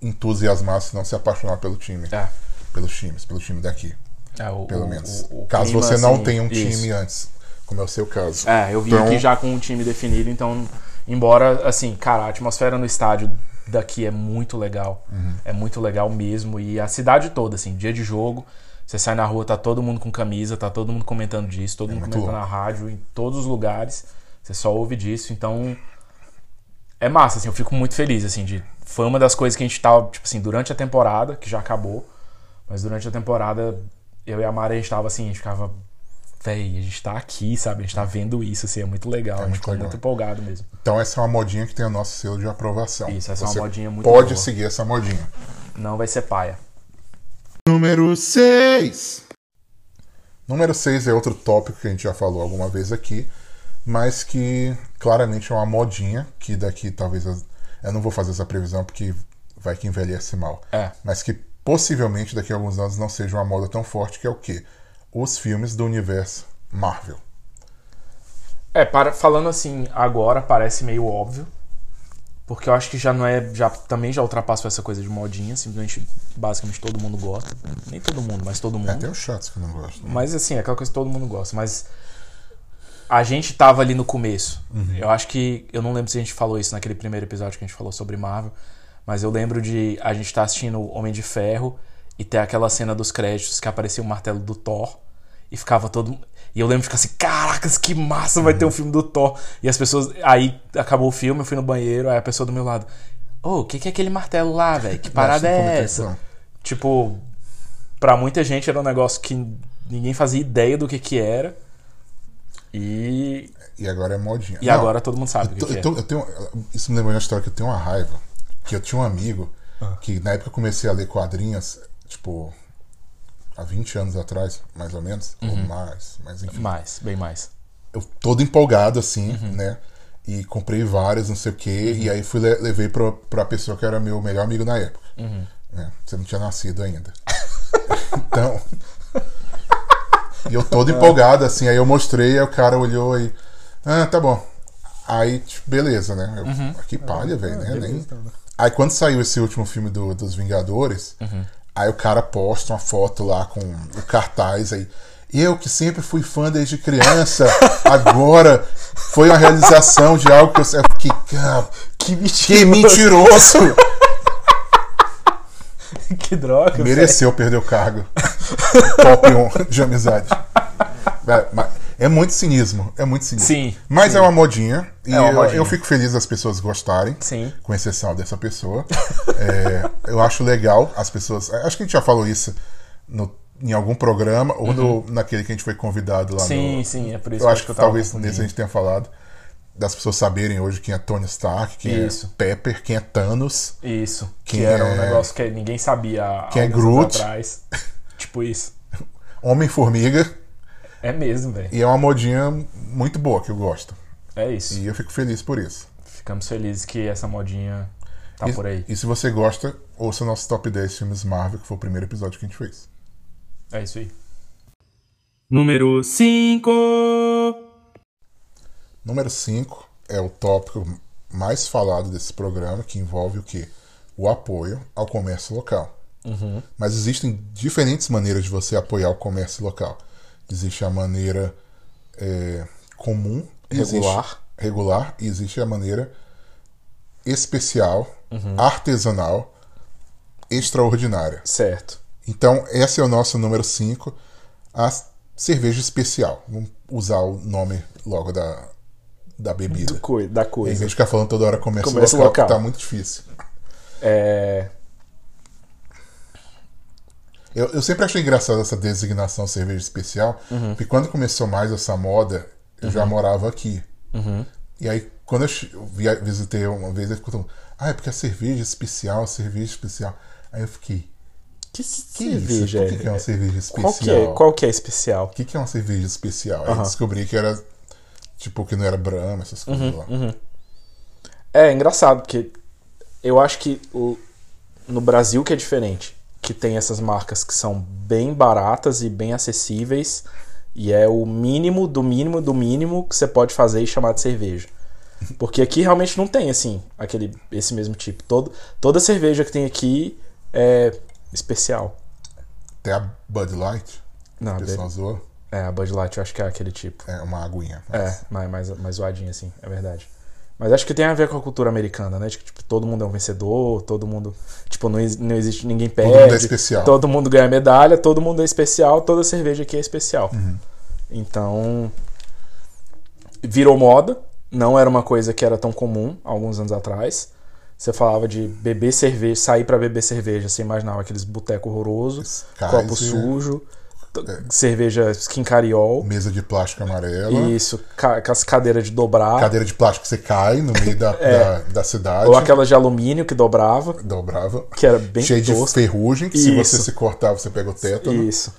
Speaker 1: entusiasmar, se não se apaixonar pelo time,
Speaker 2: É.
Speaker 1: pelos times, pelo time daqui,
Speaker 2: o, assim,
Speaker 1: pelo menos. caso você não tenha um time antes, como é o seu caso.
Speaker 2: É, eu vim
Speaker 1: Então-
Speaker 2: aqui já com um time definido, então, embora, assim, cara, a atmosfera no estádio daqui é muito legal.
Speaker 1: Uhum.
Speaker 2: É muito legal mesmo. E a cidade toda, assim, dia de jogo, você sai na rua, tá todo mundo com camisa, tá todo mundo comentando disso, todo mundo
Speaker 1: É muito
Speaker 2: comentando na
Speaker 1: louco.
Speaker 2: rádio, em todos os lugares, você só ouve disso, então. É massa, assim, eu fico muito feliz, assim, de. Foi uma das coisas que a gente tava, tipo assim, durante a temporada, que já acabou, mas durante a temporada, eu e a Mari, a gente tava assim, a gente ficava véi, a gente tá aqui, sabe? A gente tá vendo isso, assim, é muito legal. a gente
Speaker 1: muito
Speaker 2: ficou
Speaker 1: legal.
Speaker 2: muito empolgado mesmo.
Speaker 1: Então essa é uma modinha que tem o nosso selo de aprovação.
Speaker 2: Isso, essa é uma
Speaker 1: você
Speaker 2: modinha muito
Speaker 1: Pode
Speaker 2: boa.
Speaker 1: seguir essa modinha.
Speaker 2: Não vai ser paia.
Speaker 1: Número 6. Número 6 é outro tópico que a gente já falou alguma vez aqui, mas que claramente é uma modinha, que daqui talvez as- eu não vou fazer essa previsão porque vai que envelhece mal.
Speaker 2: É.
Speaker 1: Mas que possivelmente daqui a alguns anos não seja uma moda tão forte que é o quê? Os filmes do universo Marvel.
Speaker 2: É, para, falando assim agora, parece meio óbvio. Porque eu acho que já não é. Já, também já ultrapassou essa coisa de modinha. Simplesmente, basicamente, todo mundo gosta. Nem todo mundo, mas todo mundo.
Speaker 1: É, tem os chatos que não gostam.
Speaker 2: Mas assim, é aquela coisa que todo mundo gosta. Mas a gente tava ali no começo. Eu acho que. Eu não lembro se a gente falou isso naquele primeiro episódio que a gente falou sobre Marvel. Mas eu lembro de a gente tá assistindo Homem de Ferro e ter aquela cena dos créditos que aparecia o martelo do Thor. E ficava todo. E eu lembro de ficar assim, caracas, que massa, vai ter um filme do Thor. E as pessoas. Aí acabou o filme, eu fui no banheiro, aí a pessoa do meu lado. Ô, o que, que é aquele martelo lá, velho? Que parada
Speaker 1: Nossa, como
Speaker 2: é
Speaker 1: que
Speaker 2: essa?
Speaker 1: são?
Speaker 2: Tipo, pra muita gente era um negócio que ninguém fazia ideia do que que era. E,
Speaker 1: E agora é modinha.
Speaker 2: e
Speaker 1: Não,
Speaker 2: agora todo mundo sabe o que,
Speaker 1: eu,
Speaker 2: que é.
Speaker 1: tô- eu tenho, isso me lembrou de uma história que eu tenho uma raiva. Que eu tinha um amigo que na época eu comecei a ler quadrinhos, tipo, há 20 anos atrás, mais ou menos, ou
Speaker 2: Uhum.
Speaker 1: mais, mas enfim.
Speaker 2: Mais, bem mais.
Speaker 1: eu todo empolgado, assim,
Speaker 2: Uhum.
Speaker 1: né? E comprei vários, não sei o quê. E aí fui le- levei pra, pra pessoa que era meu melhor amigo na época.
Speaker 2: Uhum.
Speaker 1: né? Você não tinha nascido ainda. então. e eu todo empolgado, assim, aí eu mostrei, aí o cara olhou e. Ah, tá bom. Aí, tipo, beleza, né? Eu, Que palha, velho, né? Nem- Aí quando saiu esse último filme do, dos Vingadores, aí o cara posta uma foto lá com o cartaz aí. Eu que sempre fui fã desde criança, agora foi uma realização de algo que eu. eu fiquei, "Cara,
Speaker 2: Que
Speaker 1: que mentiroso!
Speaker 2: que droga.
Speaker 1: Mereceu perder o cargo. Top 1 de amizade. É, mas É muito cinismo, é muito cinismo.
Speaker 2: Sim,
Speaker 1: Mas é uma modinha. E
Speaker 2: É uma
Speaker 1: eu-
Speaker 2: modinha.
Speaker 1: Eu, fico feliz das pessoas gostarem.
Speaker 2: Sim.
Speaker 1: Com exceção dessa pessoa. É, eu acho legal as pessoas. Acho que a gente já falou isso no- em algum programa, ou no- naquele que a gente foi convidado lá no,
Speaker 2: Uhum. Sim, sim, é por isso
Speaker 1: eu acho que,
Speaker 2: tava
Speaker 1: talvez
Speaker 2: confundindo.
Speaker 1: nesse a gente tenha falado. Das pessoas saberem hoje quem é Tony Stark, quem
Speaker 2: Isso.
Speaker 1: é Pepper, quem é Thanos.
Speaker 2: Isso. Que,
Speaker 1: Que
Speaker 2: era um
Speaker 1: é-
Speaker 2: negócio que ninguém sabia há
Speaker 1: Que é
Speaker 2: alguns
Speaker 1: Groot.
Speaker 2: anos atrás. tipo isso.
Speaker 1: Homem-Formiga.
Speaker 2: É mesmo, velho.
Speaker 1: E é uma modinha muito boa que eu gosto.
Speaker 2: É isso.
Speaker 1: E eu fico feliz por isso.
Speaker 2: Ficamos felizes que essa modinha tá
Speaker 1: e,
Speaker 2: por aí.
Speaker 1: e se você gosta, ouça nosso top 10 filmes Marvel, que foi o primeiro episódio que a gente fez.
Speaker 2: É isso aí.
Speaker 5: Número 5.
Speaker 1: Número 5 é o tópico mais falado desse programa, que envolve o quê? O apoio ao comércio local. Mas existem diferentes maneiras de você apoiar o comércio local. Existe a maneira é, comum, existe-
Speaker 2: Regular.
Speaker 1: regular, e existe a maneira especial, artesanal, extraordinária.
Speaker 2: Certo.
Speaker 1: Então, esse é o nosso número 5, a cerveja especial. Vamos usar o nome logo da, da bebida.
Speaker 2: da
Speaker 1: Em
Speaker 2: coisa.
Speaker 1: vez de ficar falando toda hora comércio,
Speaker 2: Comércio
Speaker 1: local,
Speaker 2: local.
Speaker 1: que tá muito difícil.
Speaker 2: É.
Speaker 1: Eu, eu sempre achei engraçado essa designação cerveja especial,
Speaker 2: Uhum.
Speaker 1: porque quando começou mais essa moda, eu já morava aqui.
Speaker 2: Uhum.
Speaker 1: E aí, quando eu, che- eu via- visitei uma vez, ele ficou todo mundo, ah, é porque a cerveja especial, a cerveja especial. Aí eu fiquei, que
Speaker 2: Que,
Speaker 1: isso?
Speaker 2: cerveja
Speaker 1: O que, que é uma cerveja especial?
Speaker 2: Qual que é? Qual que é especial?
Speaker 1: o que, que é uma cerveja especial? Aí eu descobri que era. Tipo, que não era Brahma, essas
Speaker 2: Uhum,
Speaker 1: coisas lá.
Speaker 2: É engraçado, porque eu acho que o- no Brasil que é diferente, que tem essas marcas que são bem baratas e bem acessíveis, e é o mínimo do mínimo do mínimo que você pode fazer e chamar de cerveja. Porque aqui realmente não tem, assim, aquele, esse mesmo tipo. Todo, toda cerveja que tem aqui é especial.
Speaker 1: Até a Bud Light,
Speaker 2: Não,
Speaker 1: o
Speaker 2: a
Speaker 1: pessoal zoa,
Speaker 2: Bud- é, a Bud Light eu acho que é aquele tipo.
Speaker 1: é uma aguinha.
Speaker 2: É, mais, mais, mais zoadinho, assim, é verdade. Mas acho que tem a ver com a cultura americana, né? De que, tipo, todo mundo é um vencedor, todo mundo. Tipo, não, ex- não existe ninguém perde.
Speaker 1: mundo é especial.
Speaker 2: Todo mundo ganha medalha, todo mundo é especial, toda cerveja aqui é especial.
Speaker 1: Uhum.
Speaker 2: Então. Virou moda. Não era uma coisa que era tão comum há alguns anos atrás. Você falava de beber cerveja, sair pra beber cerveja, você imaginava aqueles boteco horroroso,
Speaker 1: Skyzer.
Speaker 2: copo sujo, t-
Speaker 1: É.
Speaker 2: cerveja skin cariol.
Speaker 1: Mesa de plástico amarela,
Speaker 2: Isso, ca com as cadeiras de dobrar.
Speaker 1: cadeira de plástico que você cai no meio da, da, da cidade,
Speaker 2: É. Ou aquelas de alumínio que dobrava,
Speaker 1: dobrava,
Speaker 2: que era bem
Speaker 1: cheia de
Speaker 2: tosca.
Speaker 1: ferrugem, que se
Speaker 2: Isso.
Speaker 1: você se cortar, você pega o né? tétano.
Speaker 2: Isso.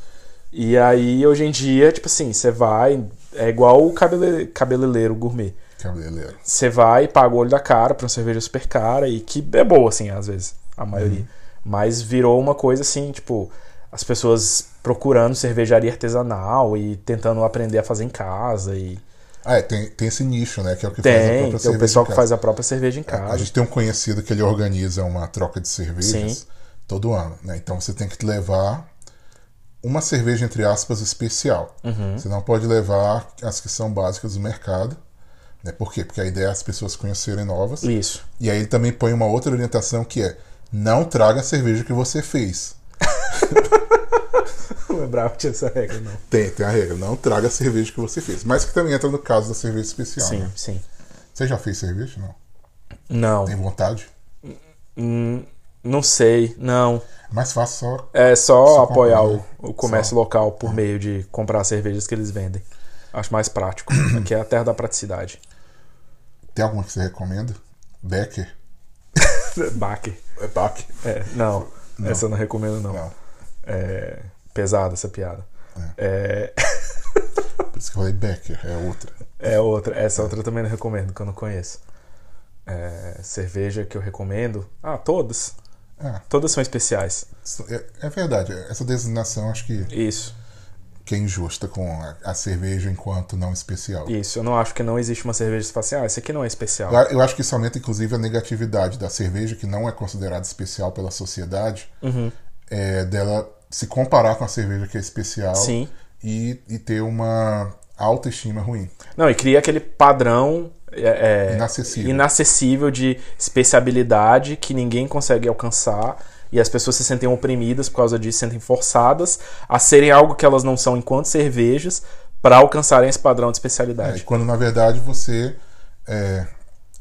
Speaker 2: E aí, hoje em dia, tipo assim, você vai. É igual o cabele... cabeleireiro gourmet.
Speaker 1: é Cabeleireiro.
Speaker 2: Você vai e paga o olho da cara pra uma cerveja super cara e que é boa, assim, às vezes, a maioria.
Speaker 1: Uhum.
Speaker 2: Mas virou uma coisa assim, tipo, as pessoas procurando cervejaria artesanal e tentando aprender a fazer em casa e
Speaker 1: Ah, é, tem, tem esse nicho, né? Que é o que faz a
Speaker 2: Tem,
Speaker 1: própria
Speaker 2: tem
Speaker 1: cerveja.
Speaker 2: o pessoal
Speaker 1: em
Speaker 2: que
Speaker 1: casa.
Speaker 2: faz a própria cerveja em
Speaker 1: A
Speaker 2: casa.
Speaker 1: gente tem um conhecido que ele organiza uma troca de cervejas todo ano, né? Então você tem que levar uma cerveja, entre aspas, especial. Você não pode levar as que são básicas do mercado. Né? Por quê? Porque a ideia é as pessoas conhecerem novas.
Speaker 2: Isso.
Speaker 1: E aí ele também põe uma outra orientação que é não traga a cerveja que você fez.
Speaker 2: Não lembrava que tinha essa regra, não.
Speaker 1: Tem, tem a regra, não traga a cerveja que você fez. Mas que também entra no caso da cerveja especial.
Speaker 2: Sim,
Speaker 1: né?
Speaker 2: sim.
Speaker 1: Você já fez cerveja? Não.
Speaker 2: Não.
Speaker 1: Tem vontade?
Speaker 2: Hum, não sei, não.
Speaker 1: Mas faça só.
Speaker 2: É só,
Speaker 1: Só
Speaker 2: apoiar
Speaker 1: comprar, né? É.
Speaker 2: o, o comércio local por meio de comprar as cervejas que eles vendem. Acho mais prático. Aqui é a terra da praticidade.
Speaker 1: Tem alguma que você recomenda? Becker?
Speaker 2: Baque.
Speaker 1: É Bach.
Speaker 2: É, não, Essa eu não recomendo, não.
Speaker 1: Não.
Speaker 2: É, pesada essa piada. É.
Speaker 1: Por isso que eu falei Becker, é outra.
Speaker 2: É outra, essa outra eu também não recomendo, que eu não conheço. É, cerveja que eu recomendo. Ah, todas.
Speaker 1: Ah.
Speaker 2: Todas são especiais.
Speaker 1: Isso É, é verdade, essa designação acho que,
Speaker 2: Isso,
Speaker 1: que é injusta com a, a cerveja enquanto não especial.
Speaker 2: isso. Eu não acho que não existe uma cerveja que você fala assim, ah, essa aqui não é especial.
Speaker 1: Eu, a- eu acho que isso aumenta inclusive a negatividade da cerveja, que não é considerada especial pela sociedade,
Speaker 2: Uhum.
Speaker 1: é, dela se comparar com a cerveja que é especial
Speaker 2: Sim.
Speaker 1: e, e ter uma autoestima ruim.
Speaker 2: Não, e cria aquele padrão é, é,
Speaker 1: Inacessível.
Speaker 2: inacessível de especiabilidade que ninguém consegue alcançar. E as pessoas se sentem oprimidas por causa disso, se sentem forçadas a serem algo que elas não são enquanto cervejas para alcançarem esse padrão de
Speaker 1: É,
Speaker 2: especialidade.
Speaker 1: quando na verdade você é,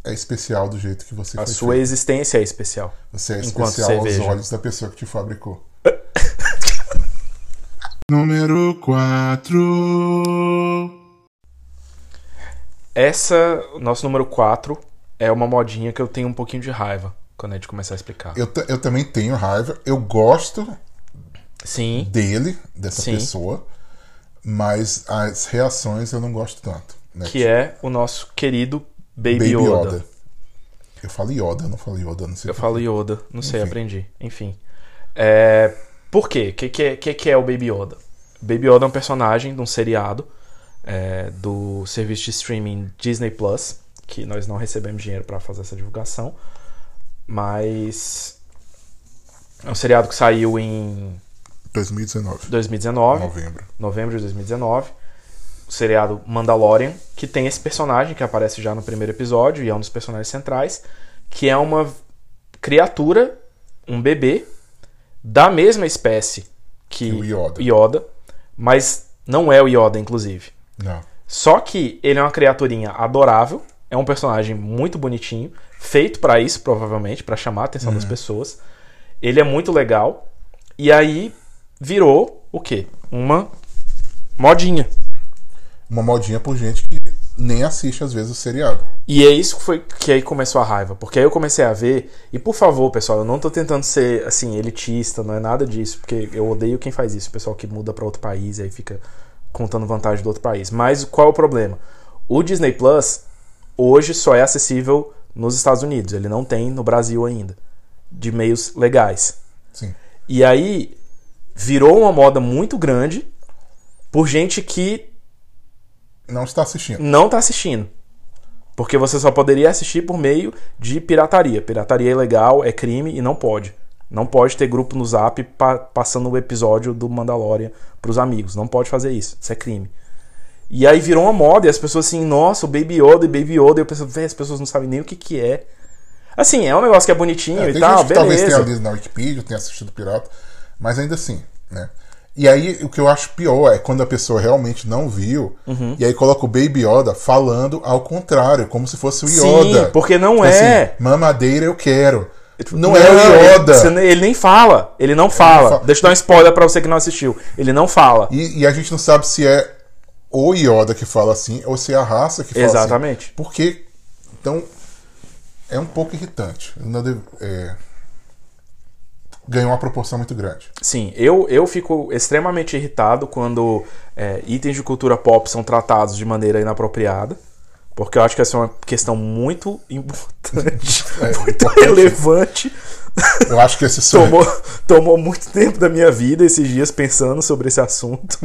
Speaker 1: é especial do jeito que você
Speaker 2: a
Speaker 1: foi
Speaker 2: sua
Speaker 1: feito.
Speaker 2: existência é especial.
Speaker 1: Você é
Speaker 2: enquanto
Speaker 1: especial aos
Speaker 2: cerveja.
Speaker 1: olhos da pessoa que te fabricou.
Speaker 3: Número 4.
Speaker 2: Essa, o nosso número 4, é uma modinha que eu tenho um pouquinho de raiva quando a gente começar a explicar.
Speaker 1: Eu, ta- eu também tenho raiva. Eu gosto
Speaker 2: Sim,
Speaker 1: dele, dessa
Speaker 2: Sim.
Speaker 1: pessoa, mas as reações eu não gosto tanto. Né?
Speaker 2: que é o nosso querido Baby, Yoda.
Speaker 1: Eu falo Yoda, eu não falo Yoda, não sei.
Speaker 2: Eu
Speaker 1: por-
Speaker 2: falo Yoda, não sei,
Speaker 1: Enfim.
Speaker 2: aprendi. Enfim. É, por quê? O que, que, é- que, que é o Baby Yoda? Baby Yoda é um personagem de um seriado é, do serviço de streaming Disney Plus, que nós não recebemos dinheiro pra fazer essa divulgação, mas é um seriado que saiu em
Speaker 1: 2019,
Speaker 2: 2019.
Speaker 1: novembro.
Speaker 2: novembro de 2019, o seriado Mandalorian, que tem esse personagem que aparece já no primeiro episódio e é um dos personagens centrais, que é uma criatura, um bebê, da mesma espécie que
Speaker 1: Que o Yoda.
Speaker 2: mas não é o Yoda, inclusive.
Speaker 1: Não.
Speaker 2: Só que ele é uma criaturinha adorável, é um personagem muito bonitinho, feito pra isso, provavelmente, pra chamar a atenção das pessoas. Ele é muito legal. E aí virou o quê? Uma modinha.
Speaker 1: Uma modinha por gente que nem assiste às vezes o seriado.
Speaker 2: E é isso que foi que aí começou a raiva, porque aí eu comecei a ver, e por favor, pessoal, eu não tô tentando ser assim elitista, não é nada disso, porque eu odeio quem faz isso, o pessoal que muda pra outro país e aí fica contando vantagem do outro país. Mas qual é o problema? O Disney Plus hoje só é acessível nos Estados Unidos, ele não tem no Brasil ainda, de meios legais.
Speaker 1: Sim.
Speaker 2: E aí virou uma moda muito grande por gente que
Speaker 1: Não está assistindo.
Speaker 2: não tá assistindo. Porque você só poderia assistir por meio de pirataria. Pirataria é ilegal, é crime e não pode. Não pode ter grupo no zap pa- passando o episódio do Mandalorian pros amigos. Não pode fazer isso. Isso é crime. E aí virou uma moda e as pessoas assim, nossa, o Baby Yoda e Baby Yoda. E eu penso, véi, as pessoas não sabem nem o que que é. Assim, é um negócio que é bonitinho
Speaker 1: É,
Speaker 2: e
Speaker 1: tem
Speaker 2: tal,
Speaker 1: gente que talvez tenha
Speaker 2: beleza.
Speaker 1: lido na Wikipedia, tenha assistido Pirata, mas ainda assim, né? E aí, o que eu acho pior é quando a pessoa realmente não viu,
Speaker 2: Uhum.
Speaker 1: e aí coloca o Baby Yoda falando ao contrário, como se fosse o
Speaker 2: Sim,
Speaker 1: Yoda.
Speaker 2: porque não
Speaker 1: Tipo
Speaker 2: é.
Speaker 1: assim, mamadeira eu quero. Não, é
Speaker 2: ele-
Speaker 1: o Yoda.
Speaker 2: você- Ele nem fala. Ele não fala.
Speaker 1: fala.
Speaker 2: Deixa eu dar um spoiler pra você que não assistiu. Ele não fala.
Speaker 1: E, e a gente não sabe se é o Yoda que fala assim ou se é a raça que fala
Speaker 2: Exatamente.
Speaker 1: assim. Porque, então, é um pouco irritante. Não deve- é, ganhou uma proporção muito grande.
Speaker 2: Sim, eu, eu fico extremamente irritado quando é, itens de cultura pop são tratados de maneira inapropriada, porque eu acho que essa é uma questão muito importante, muito
Speaker 1: importante.
Speaker 2: relevante.
Speaker 1: Eu acho que esse sonho
Speaker 2: Tomou, tomou muito tempo da minha vida esses dias pensando sobre esse assunto,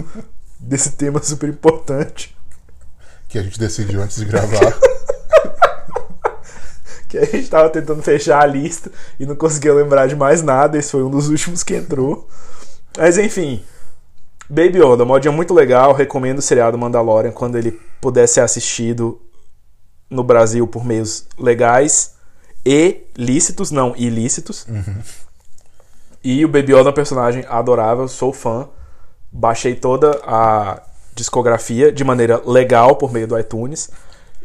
Speaker 2: desse tema super importante.
Speaker 1: que a gente decidiu antes de gravar.
Speaker 2: Que a gente tava tentando fechar a lista e não conseguia lembrar de mais nada. Esse foi um dos últimos que entrou. Mas enfim. Baby Yoda, modinha muito legal. Recomendo o seriado Mandalorian quando ele puder ser assistido no Brasil por meios legais e lícitos, não ilícitos.
Speaker 1: Uhum.
Speaker 2: E o Baby Yoda é um personagem adorável, sou fã. Baixei toda a discografia de maneira legal por meio do iTunes.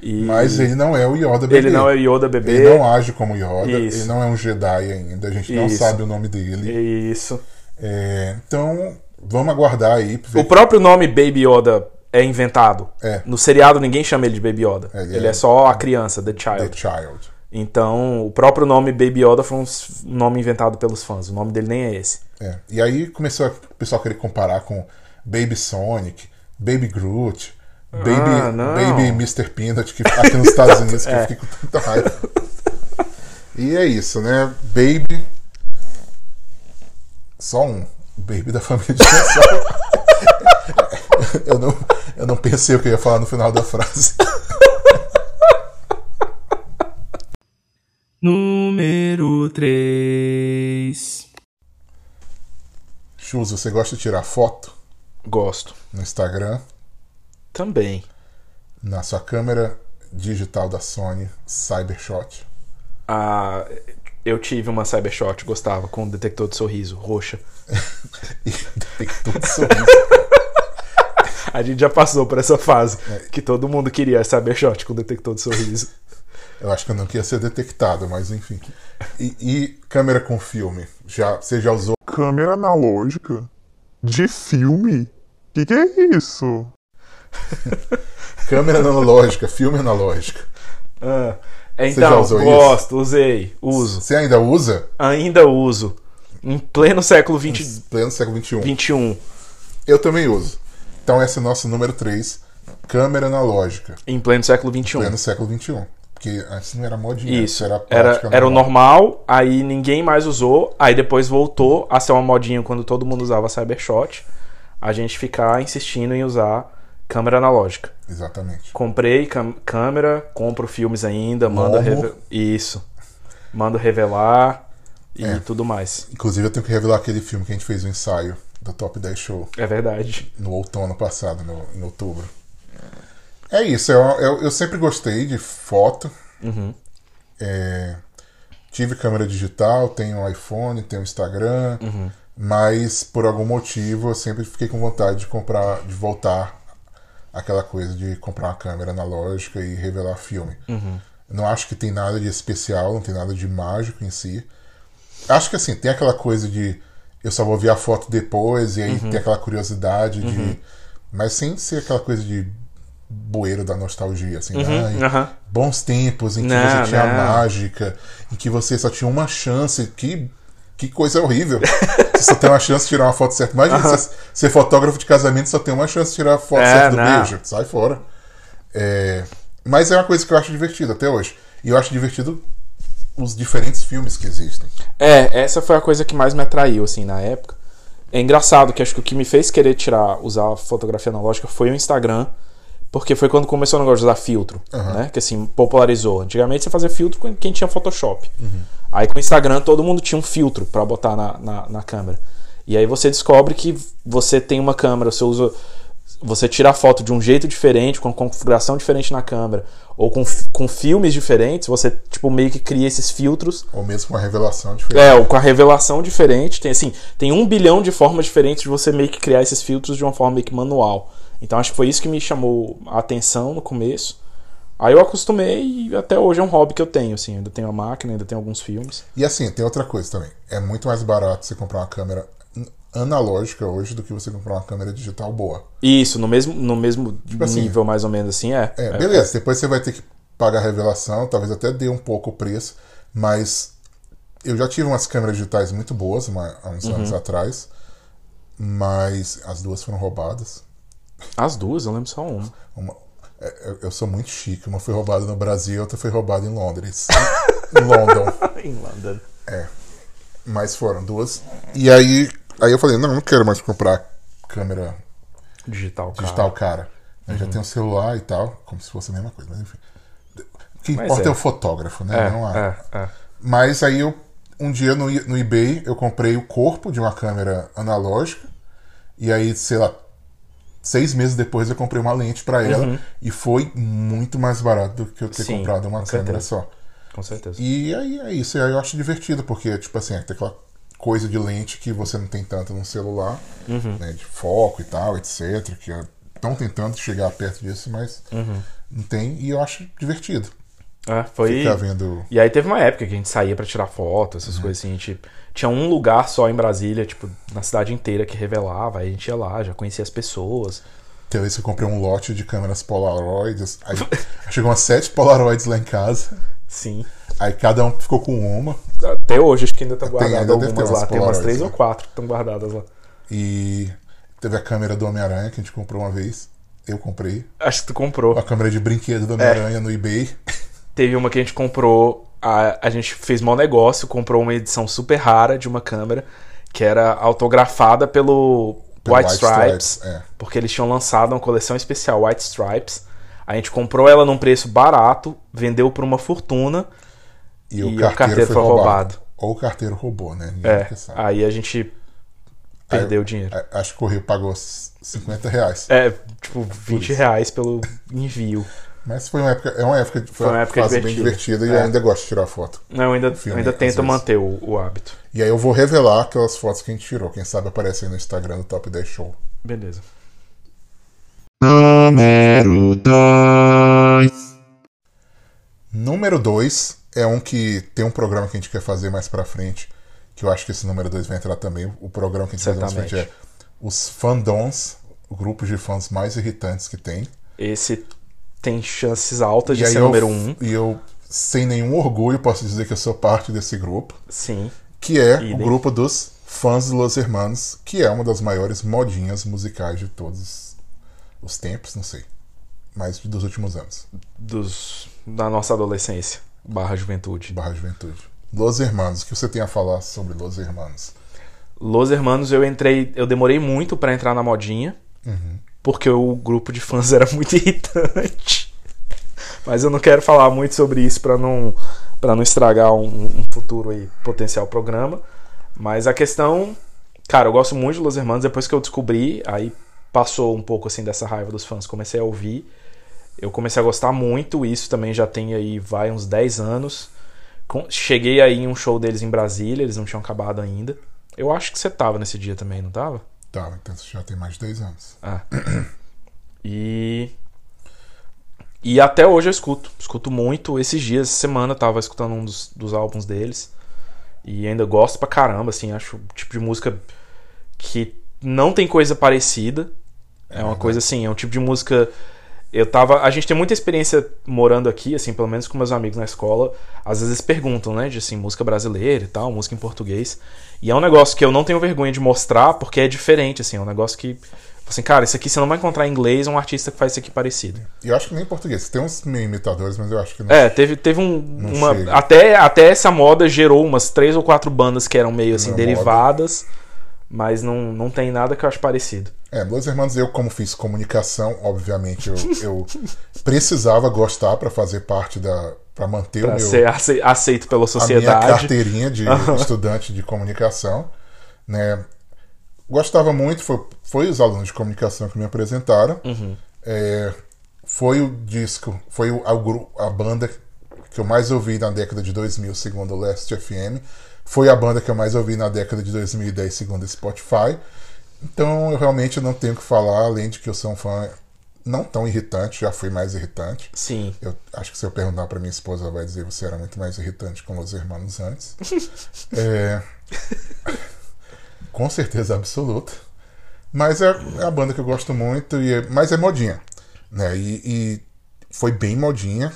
Speaker 2: E
Speaker 1: Mas ele não é o Yoda bebê.
Speaker 2: ele não é Yoda bebê.
Speaker 1: Ele não age como Yoda,
Speaker 2: Isso.
Speaker 1: ele não é um Jedi ainda, a gente não
Speaker 2: Isso.
Speaker 1: sabe o nome dele.
Speaker 2: Isso.
Speaker 1: É, então, vamos aguardar aí. pra ver-
Speaker 2: O próprio nome Baby Yoda é inventado.
Speaker 1: É.
Speaker 2: No seriado ninguém chama ele de Baby Yoda.
Speaker 1: Ele
Speaker 2: Ele,
Speaker 1: é-
Speaker 2: é... só a criança, The Child.
Speaker 1: The Child.
Speaker 2: Então, o próprio nome Baby Yoda foi um s- nome inventado pelos fãs. O nome dele nem é esse.
Speaker 1: É. E aí começou a- o pessoal a querer comparar com Baby Sonic, Baby Groot, Baby,
Speaker 2: não.
Speaker 1: Baby Mr. Peanut, que aqui nos Estados Unidos que eu fiquei com tanta raiva. E é isso, né? Baby. Só um. Baby da família de dinossauro. eu, não, eu não pensei o que eu ia falar no final da frase.
Speaker 5: Número 3.
Speaker 1: Chus, você gosta de tirar foto
Speaker 2: Gosto.
Speaker 1: no Instagram?
Speaker 2: Também.
Speaker 1: Na sua câmera digital da Sony, Cybershot.
Speaker 2: Ah, eu tive uma Cybershot, gostava, com um detector de sorriso, roxa.
Speaker 1: E tem que tudo sorriso.
Speaker 2: A gente já passou por essa fase que todo mundo queria a Cybershot com detector de sorriso.
Speaker 1: Eu acho que eu não queria ser detectado, mas enfim. E, e câmera com filme? Já, você já usou?
Speaker 6: Câmera analógica? De filme? Que que é isso?
Speaker 1: Câmera analógica, filme analógico.
Speaker 2: Ah, então,
Speaker 1: usou isso?
Speaker 2: gosto, usei, uso.
Speaker 1: Você ainda usa?
Speaker 2: Ainda uso. Em pleno século 20,
Speaker 1: Pleno século XXI.
Speaker 2: 21.
Speaker 1: Eu também uso. Então esse é o nosso número 3, câmera analógica.
Speaker 2: Em pleno século 21.
Speaker 1: Pleno século XXI. Porque antes não era modinha,
Speaker 2: Isso.
Speaker 1: era
Speaker 2: Era,
Speaker 1: a prática
Speaker 2: era, o normal, aí ninguém mais usou, aí depois voltou a ser uma modinha quando todo mundo usava Cybershot. A gente ficar insistindo em usar câmera analógica.
Speaker 1: Exatamente.
Speaker 2: Comprei cam- câmera, compro filmes ainda, mando
Speaker 1: Momo.
Speaker 2: revelar. Isso. Mando revelar e
Speaker 1: É.
Speaker 2: tudo mais.
Speaker 1: Inclusive eu tenho que revelar aquele filme que a gente fez o ensaio do Top 10 Show.
Speaker 2: É verdade.
Speaker 1: no outono passado, no, em outubro. É isso, eu, eu, eu sempre gostei de foto. É, tive câmera digital, tenho iPhone, tenho Instagram, mas por algum motivo eu sempre fiquei com vontade de comprar, de voltar aquela coisa de comprar uma câmera analógica e revelar filme. Não acho que tem nada de especial, não tem nada de mágico em si. Acho que assim, tem aquela coisa de eu só vou ver a foto depois, e aí tem aquela curiosidade de. Mas sem ser aquela coisa de bueiro da nostalgia, assim, ai,
Speaker 2: aham.
Speaker 1: bons tempos em que
Speaker 2: Não,
Speaker 1: você tinha a
Speaker 2: não.
Speaker 1: mágica, em que você só tinha uma chance, que, que coisa horrível. você só tem uma chance de tirar uma foto certa. Imagina você ser fotógrafo de casamento e só tem uma chance de tirar a foto
Speaker 2: É,
Speaker 1: certa do
Speaker 2: não.
Speaker 1: beijo. Sai fora. É, Mas é uma coisa que eu acho divertida até hoje. E eu acho divertido os diferentes filmes que existem.
Speaker 2: É, essa foi a coisa que mais me atraiu, assim, na época. É engraçado que acho que o que me fez querer tirar, usar a fotografia analógica foi o Instagram, porque foi quando começou o negócio de usar filtro, né? Que assim, popularizou. Antigamente você fazia filtro com quem tinha Photoshop. Aí com o Instagram todo mundo tinha um filtro pra botar na, na, na câmera. E aí você descobre que você tem uma câmera, você usa. Você tira a foto de um jeito diferente, com configuração diferente na câmera, ou com, fi- com filmes diferentes, você tipo meio que cria esses filtros
Speaker 1: Ou mesmo uma revelação diferente.
Speaker 2: é, o- com a revelação diferente, tem assim, tem um bilhão de formas diferentes de você meio que criar esses filtros de uma forma meio que manual. Então acho que foi isso que me chamou a atenção no começo. Aí eu acostumei e até hoje é um hobby que eu tenho, assim, ainda tenho a máquina, ainda tenho alguns filmes.
Speaker 1: E assim, tem outra coisa também. É muito mais barato você comprar uma câmera n- analógica hoje do que você comprar uma câmera digital boa.
Speaker 2: Isso, no mesmo, no mesmo
Speaker 1: assim,
Speaker 2: nível, mais ou menos assim, é.
Speaker 1: É, beleza. Depois você vai ter que pagar a revelação, talvez até dê um pouco o preço, mas eu já tive umas câmeras digitais muito boas uma- há uns anos atrás, mas as duas foram roubadas.
Speaker 2: As duas, eu lembro só uma.
Speaker 1: Uma- é, eu- eu sou muito chique. Uma foi roubada no Brasil, a outra foi roubada em Londres. em London.
Speaker 2: em London.
Speaker 1: Mas foram duas. E aí, aí eu falei, não, não quero mais comprar câmera
Speaker 2: Digital, cara. Uhum.
Speaker 1: digital, cara. Aí já tem o celular e tal, como se fosse a mesma coisa, mas enfim. O que
Speaker 2: Mas
Speaker 1: importa é.
Speaker 2: é.
Speaker 1: o fotógrafo, né?
Speaker 2: É,
Speaker 1: não a-
Speaker 2: é, é.
Speaker 1: Mas aí eu um dia no, i- no eBay eu comprei o corpo de uma câmera analógica e aí, sei lá, seis meses depois eu comprei uma lente pra ela e foi muito mais barato do que eu ter
Speaker 2: Uhum. Sim,
Speaker 1: comprado uma
Speaker 2: com
Speaker 1: câmera
Speaker 2: certeza.
Speaker 1: só.
Speaker 2: Com certeza.
Speaker 1: E aí é isso, e aí eu acho divertido, porque, tipo assim, tem aquela coisa de lente que você não tem tanto no celular, né, de foco e tal, etc. Que estão tentando chegar perto disso, mas não tem, e eu acho divertido.
Speaker 2: É, foi.
Speaker 1: Ficar vendo.
Speaker 2: E aí teve uma época que a gente saía pra tirar foto, essas
Speaker 1: Uhum.
Speaker 2: coisas assim, a gente tinha um lugar só em Brasília, tipo, na cidade inteira que revelava, aí a gente ia lá, já conhecia as pessoas.
Speaker 1: Teve vez que eu comprei um lote de câmeras Polaroids, aí chegou umas sete Polaroids lá em casa,
Speaker 2: Sim.
Speaker 1: aí cada um ficou com uma,
Speaker 2: Até hoje acho que ainda estão guardadas
Speaker 1: ainda deve ter
Speaker 2: algumas
Speaker 1: umas
Speaker 2: lá, tem umas
Speaker 1: Polaroids,
Speaker 2: três
Speaker 1: né?
Speaker 2: ou quatro que estão guardadas lá.
Speaker 1: e teve a câmera do Homem-Aranha que a gente comprou uma vez. Eu comprei.
Speaker 2: Acho que tu comprou.
Speaker 1: Uma câmera de brinquedo do Homem-Aranha no eBay.
Speaker 2: Teve uma que a gente comprou. A, a gente fez mau negócio, comprou uma edição super rara de uma câmera que era autografada pelo,
Speaker 1: Pelo
Speaker 2: White,
Speaker 1: White
Speaker 2: Stripes,
Speaker 1: Stripes, é.
Speaker 2: porque eles tinham lançado uma coleção especial White Stripes. A gente comprou ela num preço barato, vendeu por uma fortuna.
Speaker 1: E, o,
Speaker 2: E o
Speaker 1: carteiro
Speaker 2: carteiro
Speaker 1: foi
Speaker 2: foi
Speaker 1: roubado.
Speaker 2: roubado.
Speaker 1: Ou o carteiro roubou, né? Ninguém
Speaker 2: É,
Speaker 1: nunca sabe.
Speaker 2: aí a gente perdeu o dinheiro.
Speaker 1: A- Acho que o correio pagou s- 50 reais.
Speaker 2: É, tipo, 20 reais pelo envio.
Speaker 1: Mas foi uma época, é uma época, foi
Speaker 2: uma
Speaker 1: uma
Speaker 2: época
Speaker 1: fase bem
Speaker 2: divertida.
Speaker 1: divertida e
Speaker 2: É.
Speaker 1: eu ainda gosto de tirar foto.
Speaker 2: Não, eu ainda,
Speaker 1: Filme,
Speaker 2: eu ainda
Speaker 1: às
Speaker 2: tento
Speaker 1: vezes.
Speaker 2: manter o, o hábito.
Speaker 1: E aí eu vou revelar aquelas fotos que a gente tirou. Quem sabe aparece aí no Instagram do Top 10 Show.
Speaker 2: Beleza.
Speaker 5: Número 2.
Speaker 1: Número 2 é um que tem um programa que a gente quer fazer mais pra frente, que eu acho que esse número 2 vai entrar também. O programa que a gente vai fazer mais pra frente
Speaker 2: Certamente.
Speaker 1: é os fandons, grupos de fãs mais irritantes que tem.
Speaker 2: Esse tem chances altas de
Speaker 1: aí
Speaker 2: ser
Speaker 1: eu-
Speaker 2: número 1. Um.
Speaker 1: E eu, sem nenhum orgulho, posso dizer que eu sou parte desse grupo.
Speaker 2: Sim.
Speaker 1: que é
Speaker 2: Idem.
Speaker 1: o grupo dos fãs de Los Hermanos, que é uma das maiores modinhas musicais de todos os tempos, não sei, mas dos últimos anos,
Speaker 2: dos, da nossa adolescência barra juventude.
Speaker 1: barra juventude. Los Hermanos, o que você tem a falar sobre Los Hermanos?
Speaker 2: Los Hermanos, eu entrei, eu demorei muito pra entrar na modinha, porque o grupo de fãs era muito irritante. Mas eu não quero falar muito sobre isso pra não para não estragar um, um futuro aí potencial programa. Mas a questão, cara, eu gosto muito de Los Hermanos, depois que eu descobri, aí passou um pouco assim dessa raiva dos fãs, comecei a ouvir. Eu comecei a gostar muito, isso também já tem aí, vai, uns 10 anos. Com- Cheguei aí em um show deles em Brasília, eles não tinham acabado ainda. Eu acho que você tava nesse dia também, não tava?
Speaker 1: Tá, então você já tem mais de 10 anos.
Speaker 2: E. E até hoje eu escuto. Escuto muito. Esses dias, essa semana, eu tava escutando um dos, dos álbuns deles. E ainda gosto pra caramba, assim. Acho o tipo de música que não tem coisa parecida. É uma coisa assim, é um tipo de música. Eu tava. A gente tem muita experiência morando aqui, assim, pelo menos com meus amigos na escola. Às vezes perguntam, né? De assim, música brasileira e tal, música em português. E é um negócio que eu não tenho vergonha de mostrar, porque é diferente, assim, é um negócio que. Assim, cara, isso aqui você não vai encontrar em inglês um artista que faz isso aqui parecido.
Speaker 1: E eu acho que nem em português, tem uns meio imitadores, mas eu acho que não.
Speaker 2: É, teve, teve um. uma-
Speaker 1: chega.
Speaker 2: até, até essa moda gerou umas três ou quatro bandas que eram meio assim,
Speaker 1: Não é moda.
Speaker 2: derivadas, mas não, não tem nada que eu acho parecido.
Speaker 1: É, Los Hermanos, eu, como fiz comunicação, obviamente eu, eu precisava gostar pra fazer parte da. pra manter o
Speaker 2: Pra
Speaker 1: meu.
Speaker 2: ser ace- aceito pela
Speaker 1: a minha
Speaker 2: sociedade.
Speaker 1: carteirinha de estudante de comunicação, né? Gostava muito, foi, foi os alunos de comunicação que me apresentaram. É, foi o disco, foi o, a, gru- a banda que eu mais ouvi na década de 2000, segundo o Last FM. Foi a banda que eu mais ouvi na década de 2010, segundo o Spotify. Então eu realmente não tenho o que falar, além de que eu sou um fã não tão irritante, já fui mais irritante.
Speaker 2: Sim.
Speaker 1: Eu acho que se eu perguntar pra minha esposa, ela vai dizer você era muito mais irritante com os irmãos antes. É, Com certeza absoluta. Mas é, é a banda que eu gosto muito, e é- mas é modinha. Né? E, e foi bem modinha.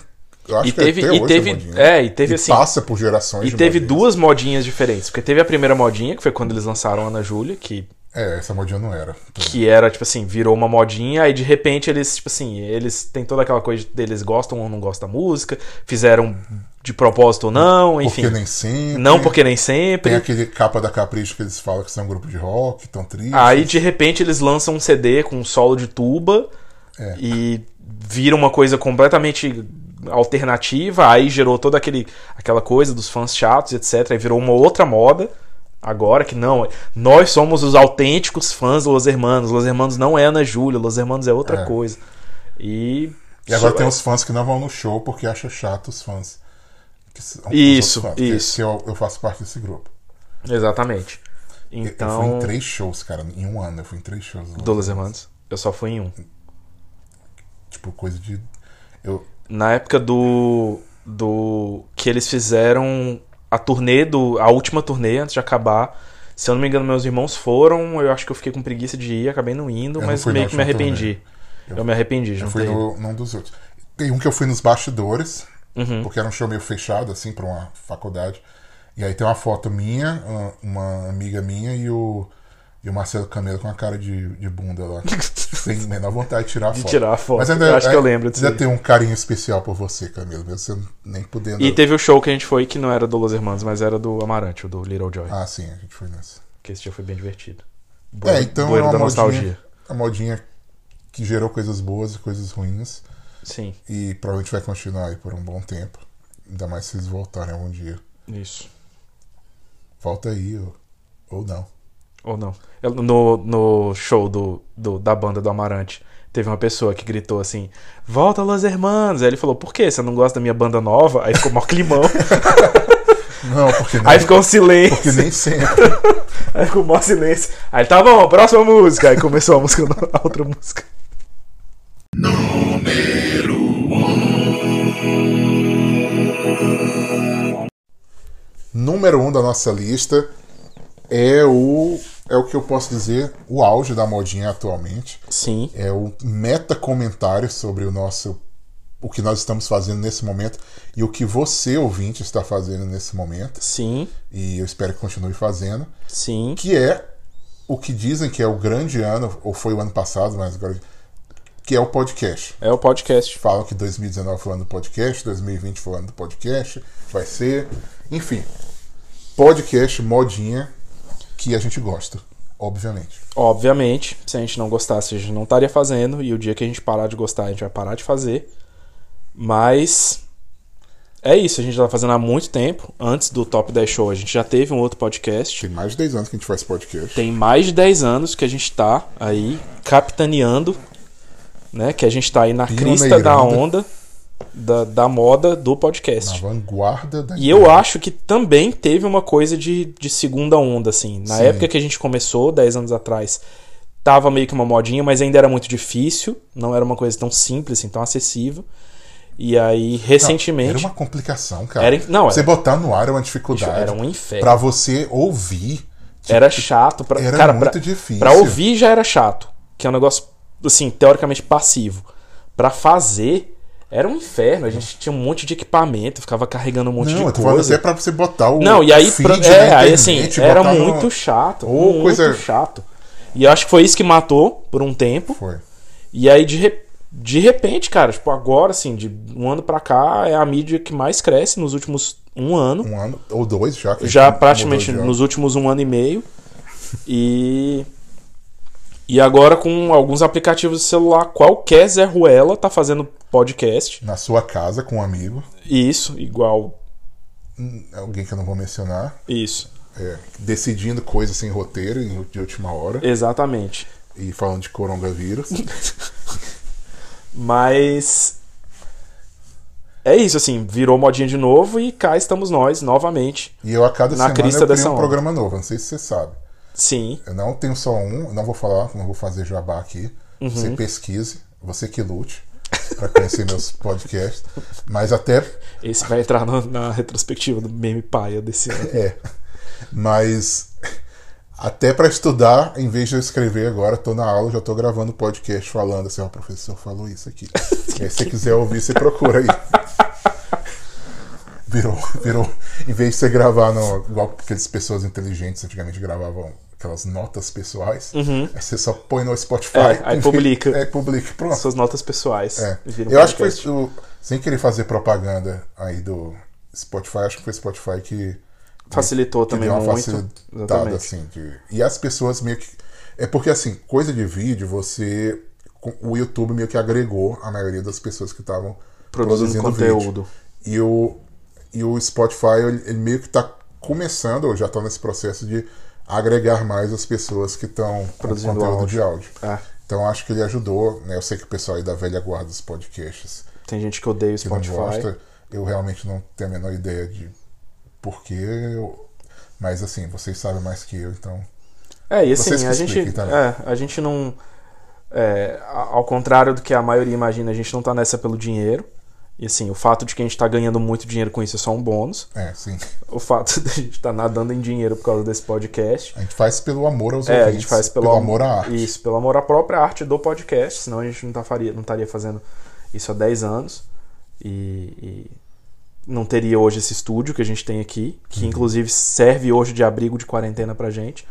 Speaker 1: Eu acho
Speaker 2: E
Speaker 1: que
Speaker 2: teve-
Speaker 1: até
Speaker 2: e
Speaker 1: hoje
Speaker 2: teve-
Speaker 1: é modinha.
Speaker 2: é, e teve assim-
Speaker 1: Passa por gerações
Speaker 2: E
Speaker 1: de
Speaker 2: teve
Speaker 1: modinhas.
Speaker 2: duas modinhas diferentes. Porque teve a primeira modinha, que foi quando eles lançaram Ana Júlia, que,
Speaker 1: É, essa modinha não era.
Speaker 2: que era, tipo assim, virou uma modinha, aí de repente eles, tipo assim, eles têm toda aquela coisa deles gostam ou não gostam da música, fizeram de propósito ou não, enfim.
Speaker 1: Porque nem sempre.
Speaker 2: Não porque nem sempre.
Speaker 1: Tem aquele capa da Capricho que eles falam que são um grupo de rock, tão tristes.
Speaker 2: Aí de repente eles lançam um CD com um solo de tuba.
Speaker 1: É.
Speaker 2: E vira uma coisa completamente alternativa, aí gerou toda aquele, aquela coisa dos fãs chatos, etc. Aí virou uma outra moda. Agora que não, nós somos os autênticos fãs do Los Hermanos. Los Hermanos não é Ana Júlia, Los Hermanos é outra
Speaker 1: É.
Speaker 2: coisa. E.
Speaker 1: E agora
Speaker 2: Isso
Speaker 1: tem
Speaker 2: é-
Speaker 1: os fãs que não vão no show porque acham chato os fãs. Que são-
Speaker 2: Isso,
Speaker 1: os outros
Speaker 2: isso.
Speaker 1: que Eu, eu faço parte desse grupo.
Speaker 2: Exatamente.
Speaker 1: um Eu-
Speaker 2: Então.
Speaker 1: Eu fui em três shows, cara, em um ano. Eu fui em três shows.
Speaker 2: Do Los Hermanos. Eu só fui em um.
Speaker 1: Tipo, coisa de. Eu,
Speaker 2: Na época do. do. que eles fizeram a turnê do. a última turnê antes de acabar. Se eu não me engano, meus irmãos foram, eu acho que eu fiquei com preguiça de ir, acabei não indo,
Speaker 1: Eu não
Speaker 2: mas
Speaker 1: fui na
Speaker 2: meio que me
Speaker 1: última turnê.
Speaker 2: arrependi. Eu, me arrependi de
Speaker 1: eu
Speaker 2: não
Speaker 1: fui
Speaker 2: ter ido.
Speaker 1: no, num dos outros. Tem um que eu fui nos bastidores,
Speaker 2: Uhum.
Speaker 1: porque era um show meio fechado, assim, pra uma faculdade. E aí tem uma foto minha, uma- uma amiga minha e o, e o Marcelo Camelo com a cara de, de bunda lá. Sem a menor vontade de tirar a
Speaker 2: De
Speaker 1: foto.
Speaker 2: tirar a foto. Eu acho que eu lembro disso
Speaker 1: Ainda
Speaker 2: aí.
Speaker 1: é tem um carinho especial por você, Camelo, mesmo você nem podendo.
Speaker 2: E teve o show que a gente foi que não era do Los Hermanos, mas era do Amarante, o do Little Joy.
Speaker 1: Ah, sim, a gente foi nessa.
Speaker 2: Que esse dia foi bem divertido.
Speaker 1: É, então
Speaker 2: Bueiro
Speaker 1: é
Speaker 2: da
Speaker 1: uma modinha,
Speaker 2: nostalgia.
Speaker 1: uma modinha que gerou coisas boas e coisas ruins.
Speaker 2: Sim,
Speaker 1: E provavelmente vai continuar aí por um bom tempo. Ainda mais se eles voltarem algum dia.
Speaker 2: isso.
Speaker 1: Volta aí, ou, ou não.
Speaker 2: Ou não. Eu- No, no show do, do- da banda do Amarante, teve uma pessoa que gritou assim: Volta, Los Hermanos! Aí ele falou: Por quê? Você não gosta da minha banda nova? Aí ficou mó climão.
Speaker 1: Não, porque nem,
Speaker 2: Aí ficou um silêncio.
Speaker 1: porque nem sempre.
Speaker 2: Aí ficou mó silêncio. Aí tá bom, próxima música. Aí começou a música, a outra música.
Speaker 1: Número um da nossa lista é o. É o que eu posso dizer, o auge da modinha atualmente.
Speaker 2: Sim.
Speaker 1: É o meta comentário sobre o nosso. O que nós estamos fazendo nesse momento e o que você, ouvinte, está fazendo nesse momento.
Speaker 2: Sim,
Speaker 1: E eu espero que continue fazendo.
Speaker 2: sim.
Speaker 1: que é o que dizem que é o grande ano, ou foi o ano passado, mas agora. que é o podcast.
Speaker 2: É o podcast.
Speaker 1: Falam que 2019 foi o ano do podcast, 2020 foi o ano do podcast, vai ser. Enfim, podcast, modinha, que a gente gosta, obviamente.
Speaker 2: Obviamente, se a gente não gostasse, a gente não estaria fazendo. E o dia que a gente parar de gostar, a gente vai parar de fazer. Mas. É isso, a gente tá fazendo há muito tempo. Antes do Top 10 Show, a gente já teve um outro podcast.
Speaker 1: Tem mais de 10 anos que a gente faz podcast.
Speaker 2: Tem mais de 10 anos que a gente tá aí capitaneando, né? Que a gente tá aí na crista da onda
Speaker 1: Pioneirando.
Speaker 2: da, da moda do
Speaker 1: Na
Speaker 2: podcast.
Speaker 1: vanguarda da
Speaker 2: E eu acho que também teve uma coisa de, de segunda onda, assim. Na
Speaker 1: Sim.
Speaker 2: época que a gente começou, 10 anos atrás, tava meio que uma modinha, mas ainda era muito difícil. Não era uma coisa tão simples, assim, tão acessível. E aí, recentemente.
Speaker 1: Era uma complicação, cara.
Speaker 2: Era- não,
Speaker 1: você
Speaker 2: era-
Speaker 1: botar no ar é uma dificuldade.
Speaker 2: Era um inferno.
Speaker 1: Pra você ouvir.
Speaker 2: Era chato. Pra,
Speaker 1: Era
Speaker 2: cara,
Speaker 1: muito
Speaker 2: pra,
Speaker 1: difícil.
Speaker 2: Pra ouvir já era chato. Que é um negócio, assim, teoricamente passivo. Pra fazer, era um inferno. A gente tinha um monte de equipamento, ficava carregando um monte
Speaker 1: não, eu
Speaker 2: de
Speaker 1: tô falando
Speaker 2: coisa.
Speaker 1: até pra você botar o.
Speaker 2: Não, e aí,
Speaker 1: feed
Speaker 2: pra-
Speaker 1: na
Speaker 2: é, aí assim,
Speaker 1: internet,
Speaker 2: era
Speaker 1: botar no-
Speaker 2: muito chato.
Speaker 1: Ô,
Speaker 2: muito
Speaker 1: coisa-
Speaker 2: chato. E eu acho que foi isso que matou por um tempo.
Speaker 1: Foi.
Speaker 2: E aí, de, re- de repente, cara, tipo, agora, assim, de um ano pra cá, é a mídia que mais cresce nos últimos um ano.
Speaker 1: Um ano ou dois já. que
Speaker 2: já
Speaker 1: mudou
Speaker 2: praticamente
Speaker 1: de ano.
Speaker 2: nos últimos um ano e meio. E. E agora com alguns aplicativos de celular, qualquer Zé Ruela tá fazendo podcast.
Speaker 1: Na sua casa com um amigo.
Speaker 2: Isso, igual.
Speaker 1: Alguém que eu não vou mencionar.
Speaker 2: Isso.
Speaker 1: é, decidindo coisas sem roteiro em- de última hora.
Speaker 2: Exatamente.
Speaker 1: E falando de coronavírus.
Speaker 2: Mas. É isso, assim, virou modinha de novo e cá estamos nós, novamente.
Speaker 1: e eu a cada
Speaker 2: Na crista
Speaker 1: semana eu
Speaker 2: dessa
Speaker 1: crio um
Speaker 2: onda.
Speaker 1: programa novo. Não sei se você sabe.
Speaker 2: Sim,
Speaker 1: Eu não tenho só um, eu não vou falar, não vou fazer jabá aqui. Você pesquise, você que lute. Pra conhecer meus podcasts. Mas até
Speaker 2: esse vai entrar no- na retrospectiva do meme paia desse ano.
Speaker 1: É. Mas até pra estudar, em vez de eu escrever agora, tô na aula, já tô gravando podcast falando assim, ó, o professor falou isso aqui. E aí, se você quiser ouvir, você procura aí. Virou, virou. Em vez de você gravar no, igual aquelas pessoas inteligentes antigamente gravavam aquelas notas pessoais, aí você só põe no Spotify.
Speaker 2: Uhum. É, aí publica.
Speaker 1: É, publica. Pronto.
Speaker 2: Suas notas pessoais.
Speaker 1: É.
Speaker 2: viram
Speaker 1: Eu acho que foi
Speaker 2: podcast.
Speaker 1: o- sem querer fazer propaganda aí do Spotify, acho que foi Spotify que
Speaker 2: Facilitou também
Speaker 1: que deu uma
Speaker 2: muito.
Speaker 1: facilitada,
Speaker 2: Exatamente.
Speaker 1: assim. de- E as pessoas meio que. É porque, assim, coisa de vídeo, você com- o YouTube meio que agregou a maioria das pessoas que estavam
Speaker 2: Produzindo
Speaker 1: produzindo,
Speaker 2: conteúdo.
Speaker 1: vídeo. E o, e o Spotify, ele, ele meio que está começando, ou já está nesse processo de agregar mais as pessoas que estão
Speaker 2: Produzindo áudio.
Speaker 1: de áudio.
Speaker 2: É.
Speaker 1: Então acho que ele ajudou, né? Eu sei que o pessoal aí da velha guarda dos podcasts
Speaker 2: Tem gente que odeia o
Speaker 1: que não
Speaker 2: Spotify.
Speaker 1: gosta. Eu realmente não tenho a menor ideia de porquê. Eu... Mas assim, vocês sabem mais que eu, então.
Speaker 2: É, e assim,
Speaker 1: Vocês que
Speaker 2: a gente,
Speaker 1: expliquem tá, né? também.
Speaker 2: é, a gente não. é, a- ao contrário do que a maioria imagina, a gente não tá nessa pelo dinheiro. E assim, o fato de que a gente tá ganhando muito dinheiro com isso é só um bônus.
Speaker 1: É, sim.
Speaker 2: O fato de a gente tá nadando em dinheiro por causa desse podcast.
Speaker 1: A gente faz pelo amor aos
Speaker 2: É,
Speaker 1: ouvintes.
Speaker 2: a gente faz pelo,
Speaker 1: amor à arte.
Speaker 2: Isso, pelo amor à própria arte do podcast, senão a gente não, tá faria, não estaria fazendo isso há 10 anos. E, e não teria hoje esse estúdio que a gente tem aqui, que
Speaker 1: Uhum.
Speaker 2: inclusive serve hoje de abrigo de quarentena pra gente.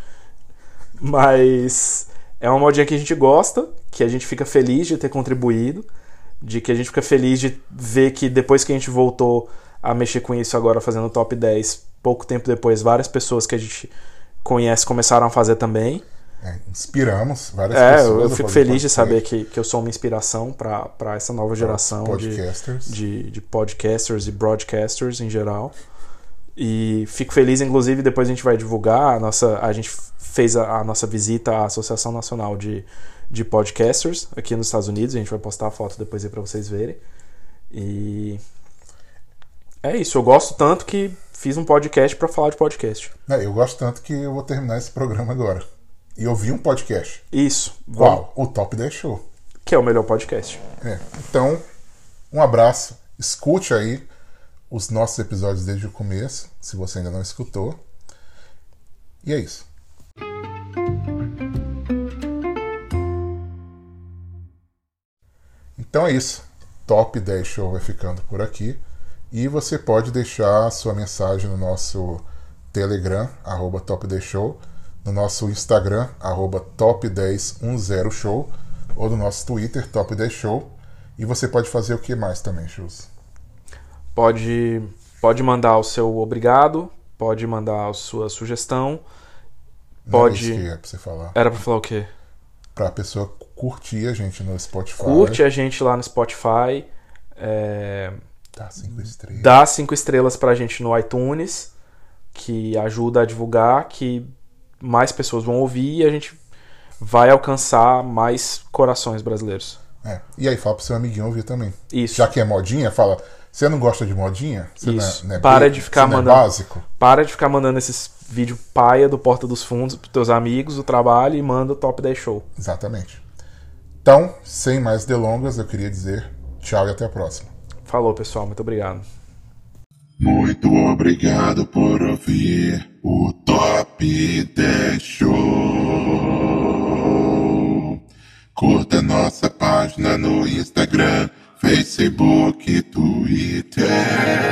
Speaker 2: Mas é uma modinha que a gente gosta, que a gente fica feliz de ter contribuído, de que a gente fica feliz de ver que depois que a gente voltou a mexer com isso agora fazendo o top 10, pouco tempo depois várias pessoas que a gente conhece começaram a fazer também.
Speaker 1: É, inspiramos várias
Speaker 2: É, eu-
Speaker 1: pessoas.
Speaker 2: eu
Speaker 1: a
Speaker 2: fico
Speaker 1: fazer
Speaker 2: feliz de
Speaker 1: podcast-
Speaker 2: saber que, que eu sou uma inspiração pra pra essa nova geração de,
Speaker 1: Podcasters.
Speaker 2: de, de podcasters e broadcasters em geral. E fico feliz, inclusive, depois a gente vai divulgar. A, nossa, a gente fez a, a nossa visita à Associação Nacional de, de Podcasters aqui nos Estados Unidos. A gente vai postar a foto depois aí pra vocês verem. E. É isso, eu gosto tanto que fiz um podcast pra falar de podcast.
Speaker 1: Não, eu gosto tanto que eu vou terminar esse programa agora. E eu vi um podcast.
Speaker 2: Isso. Vamos-
Speaker 1: Qual? O Top 10 Show.
Speaker 2: Que é o melhor podcast.
Speaker 1: É, Então, um abraço. Escute aí os nossos episódios desde o começo, se você ainda não escutou. E é isso. Então é isso. Top 10 Show vai ficando por aqui. E você pode deixar a sua mensagem no nosso Telegram, arroba Top 10 Show, no nosso Instagram, arroba Top 1010 Show, ou no nosso Twitter, Top 10 Show. E você pode fazer o que mais também, Shows?
Speaker 2: Pode, pode mandar o seu obrigado, pode mandar a sua sugestão.
Speaker 1: Não é
Speaker 2: Pode.
Speaker 1: isso que é pra você falar.
Speaker 2: Era pra falar o quê?
Speaker 1: Pra pessoa curtir a gente no Spotify.
Speaker 2: Curte a gente lá no Spotify, é,
Speaker 1: Tá, cinco estrelas.
Speaker 2: dá cinco estrelas pra gente no iTunes, que ajuda a divulgar, que mais pessoas vão ouvir e a gente vai alcançar mais corações brasileiros.
Speaker 1: É. E aí, fala pro seu amiguinho ouvir também.
Speaker 2: Isso.
Speaker 1: Já que é modinha, fala. Você não gosta de modinha? Você não é-
Speaker 2: Isso.
Speaker 1: não é
Speaker 2: Para
Speaker 1: bem-
Speaker 2: de ficar
Speaker 1: você não é
Speaker 2: mandando-
Speaker 1: básico?
Speaker 2: Para de ficar mandando esses vídeos paia do Porta dos Fundos pros teus amigos, o trabalho e manda o Top 10 Show.
Speaker 1: Exatamente. Então, sem mais delongas, eu queria dizer tchau e até a próxima.
Speaker 2: Falou, pessoal. Muito obrigado.
Speaker 5: Muito obrigado por ouvir o Top 10 Show. Curta nossa página no Instagram, Facebook, Twitter.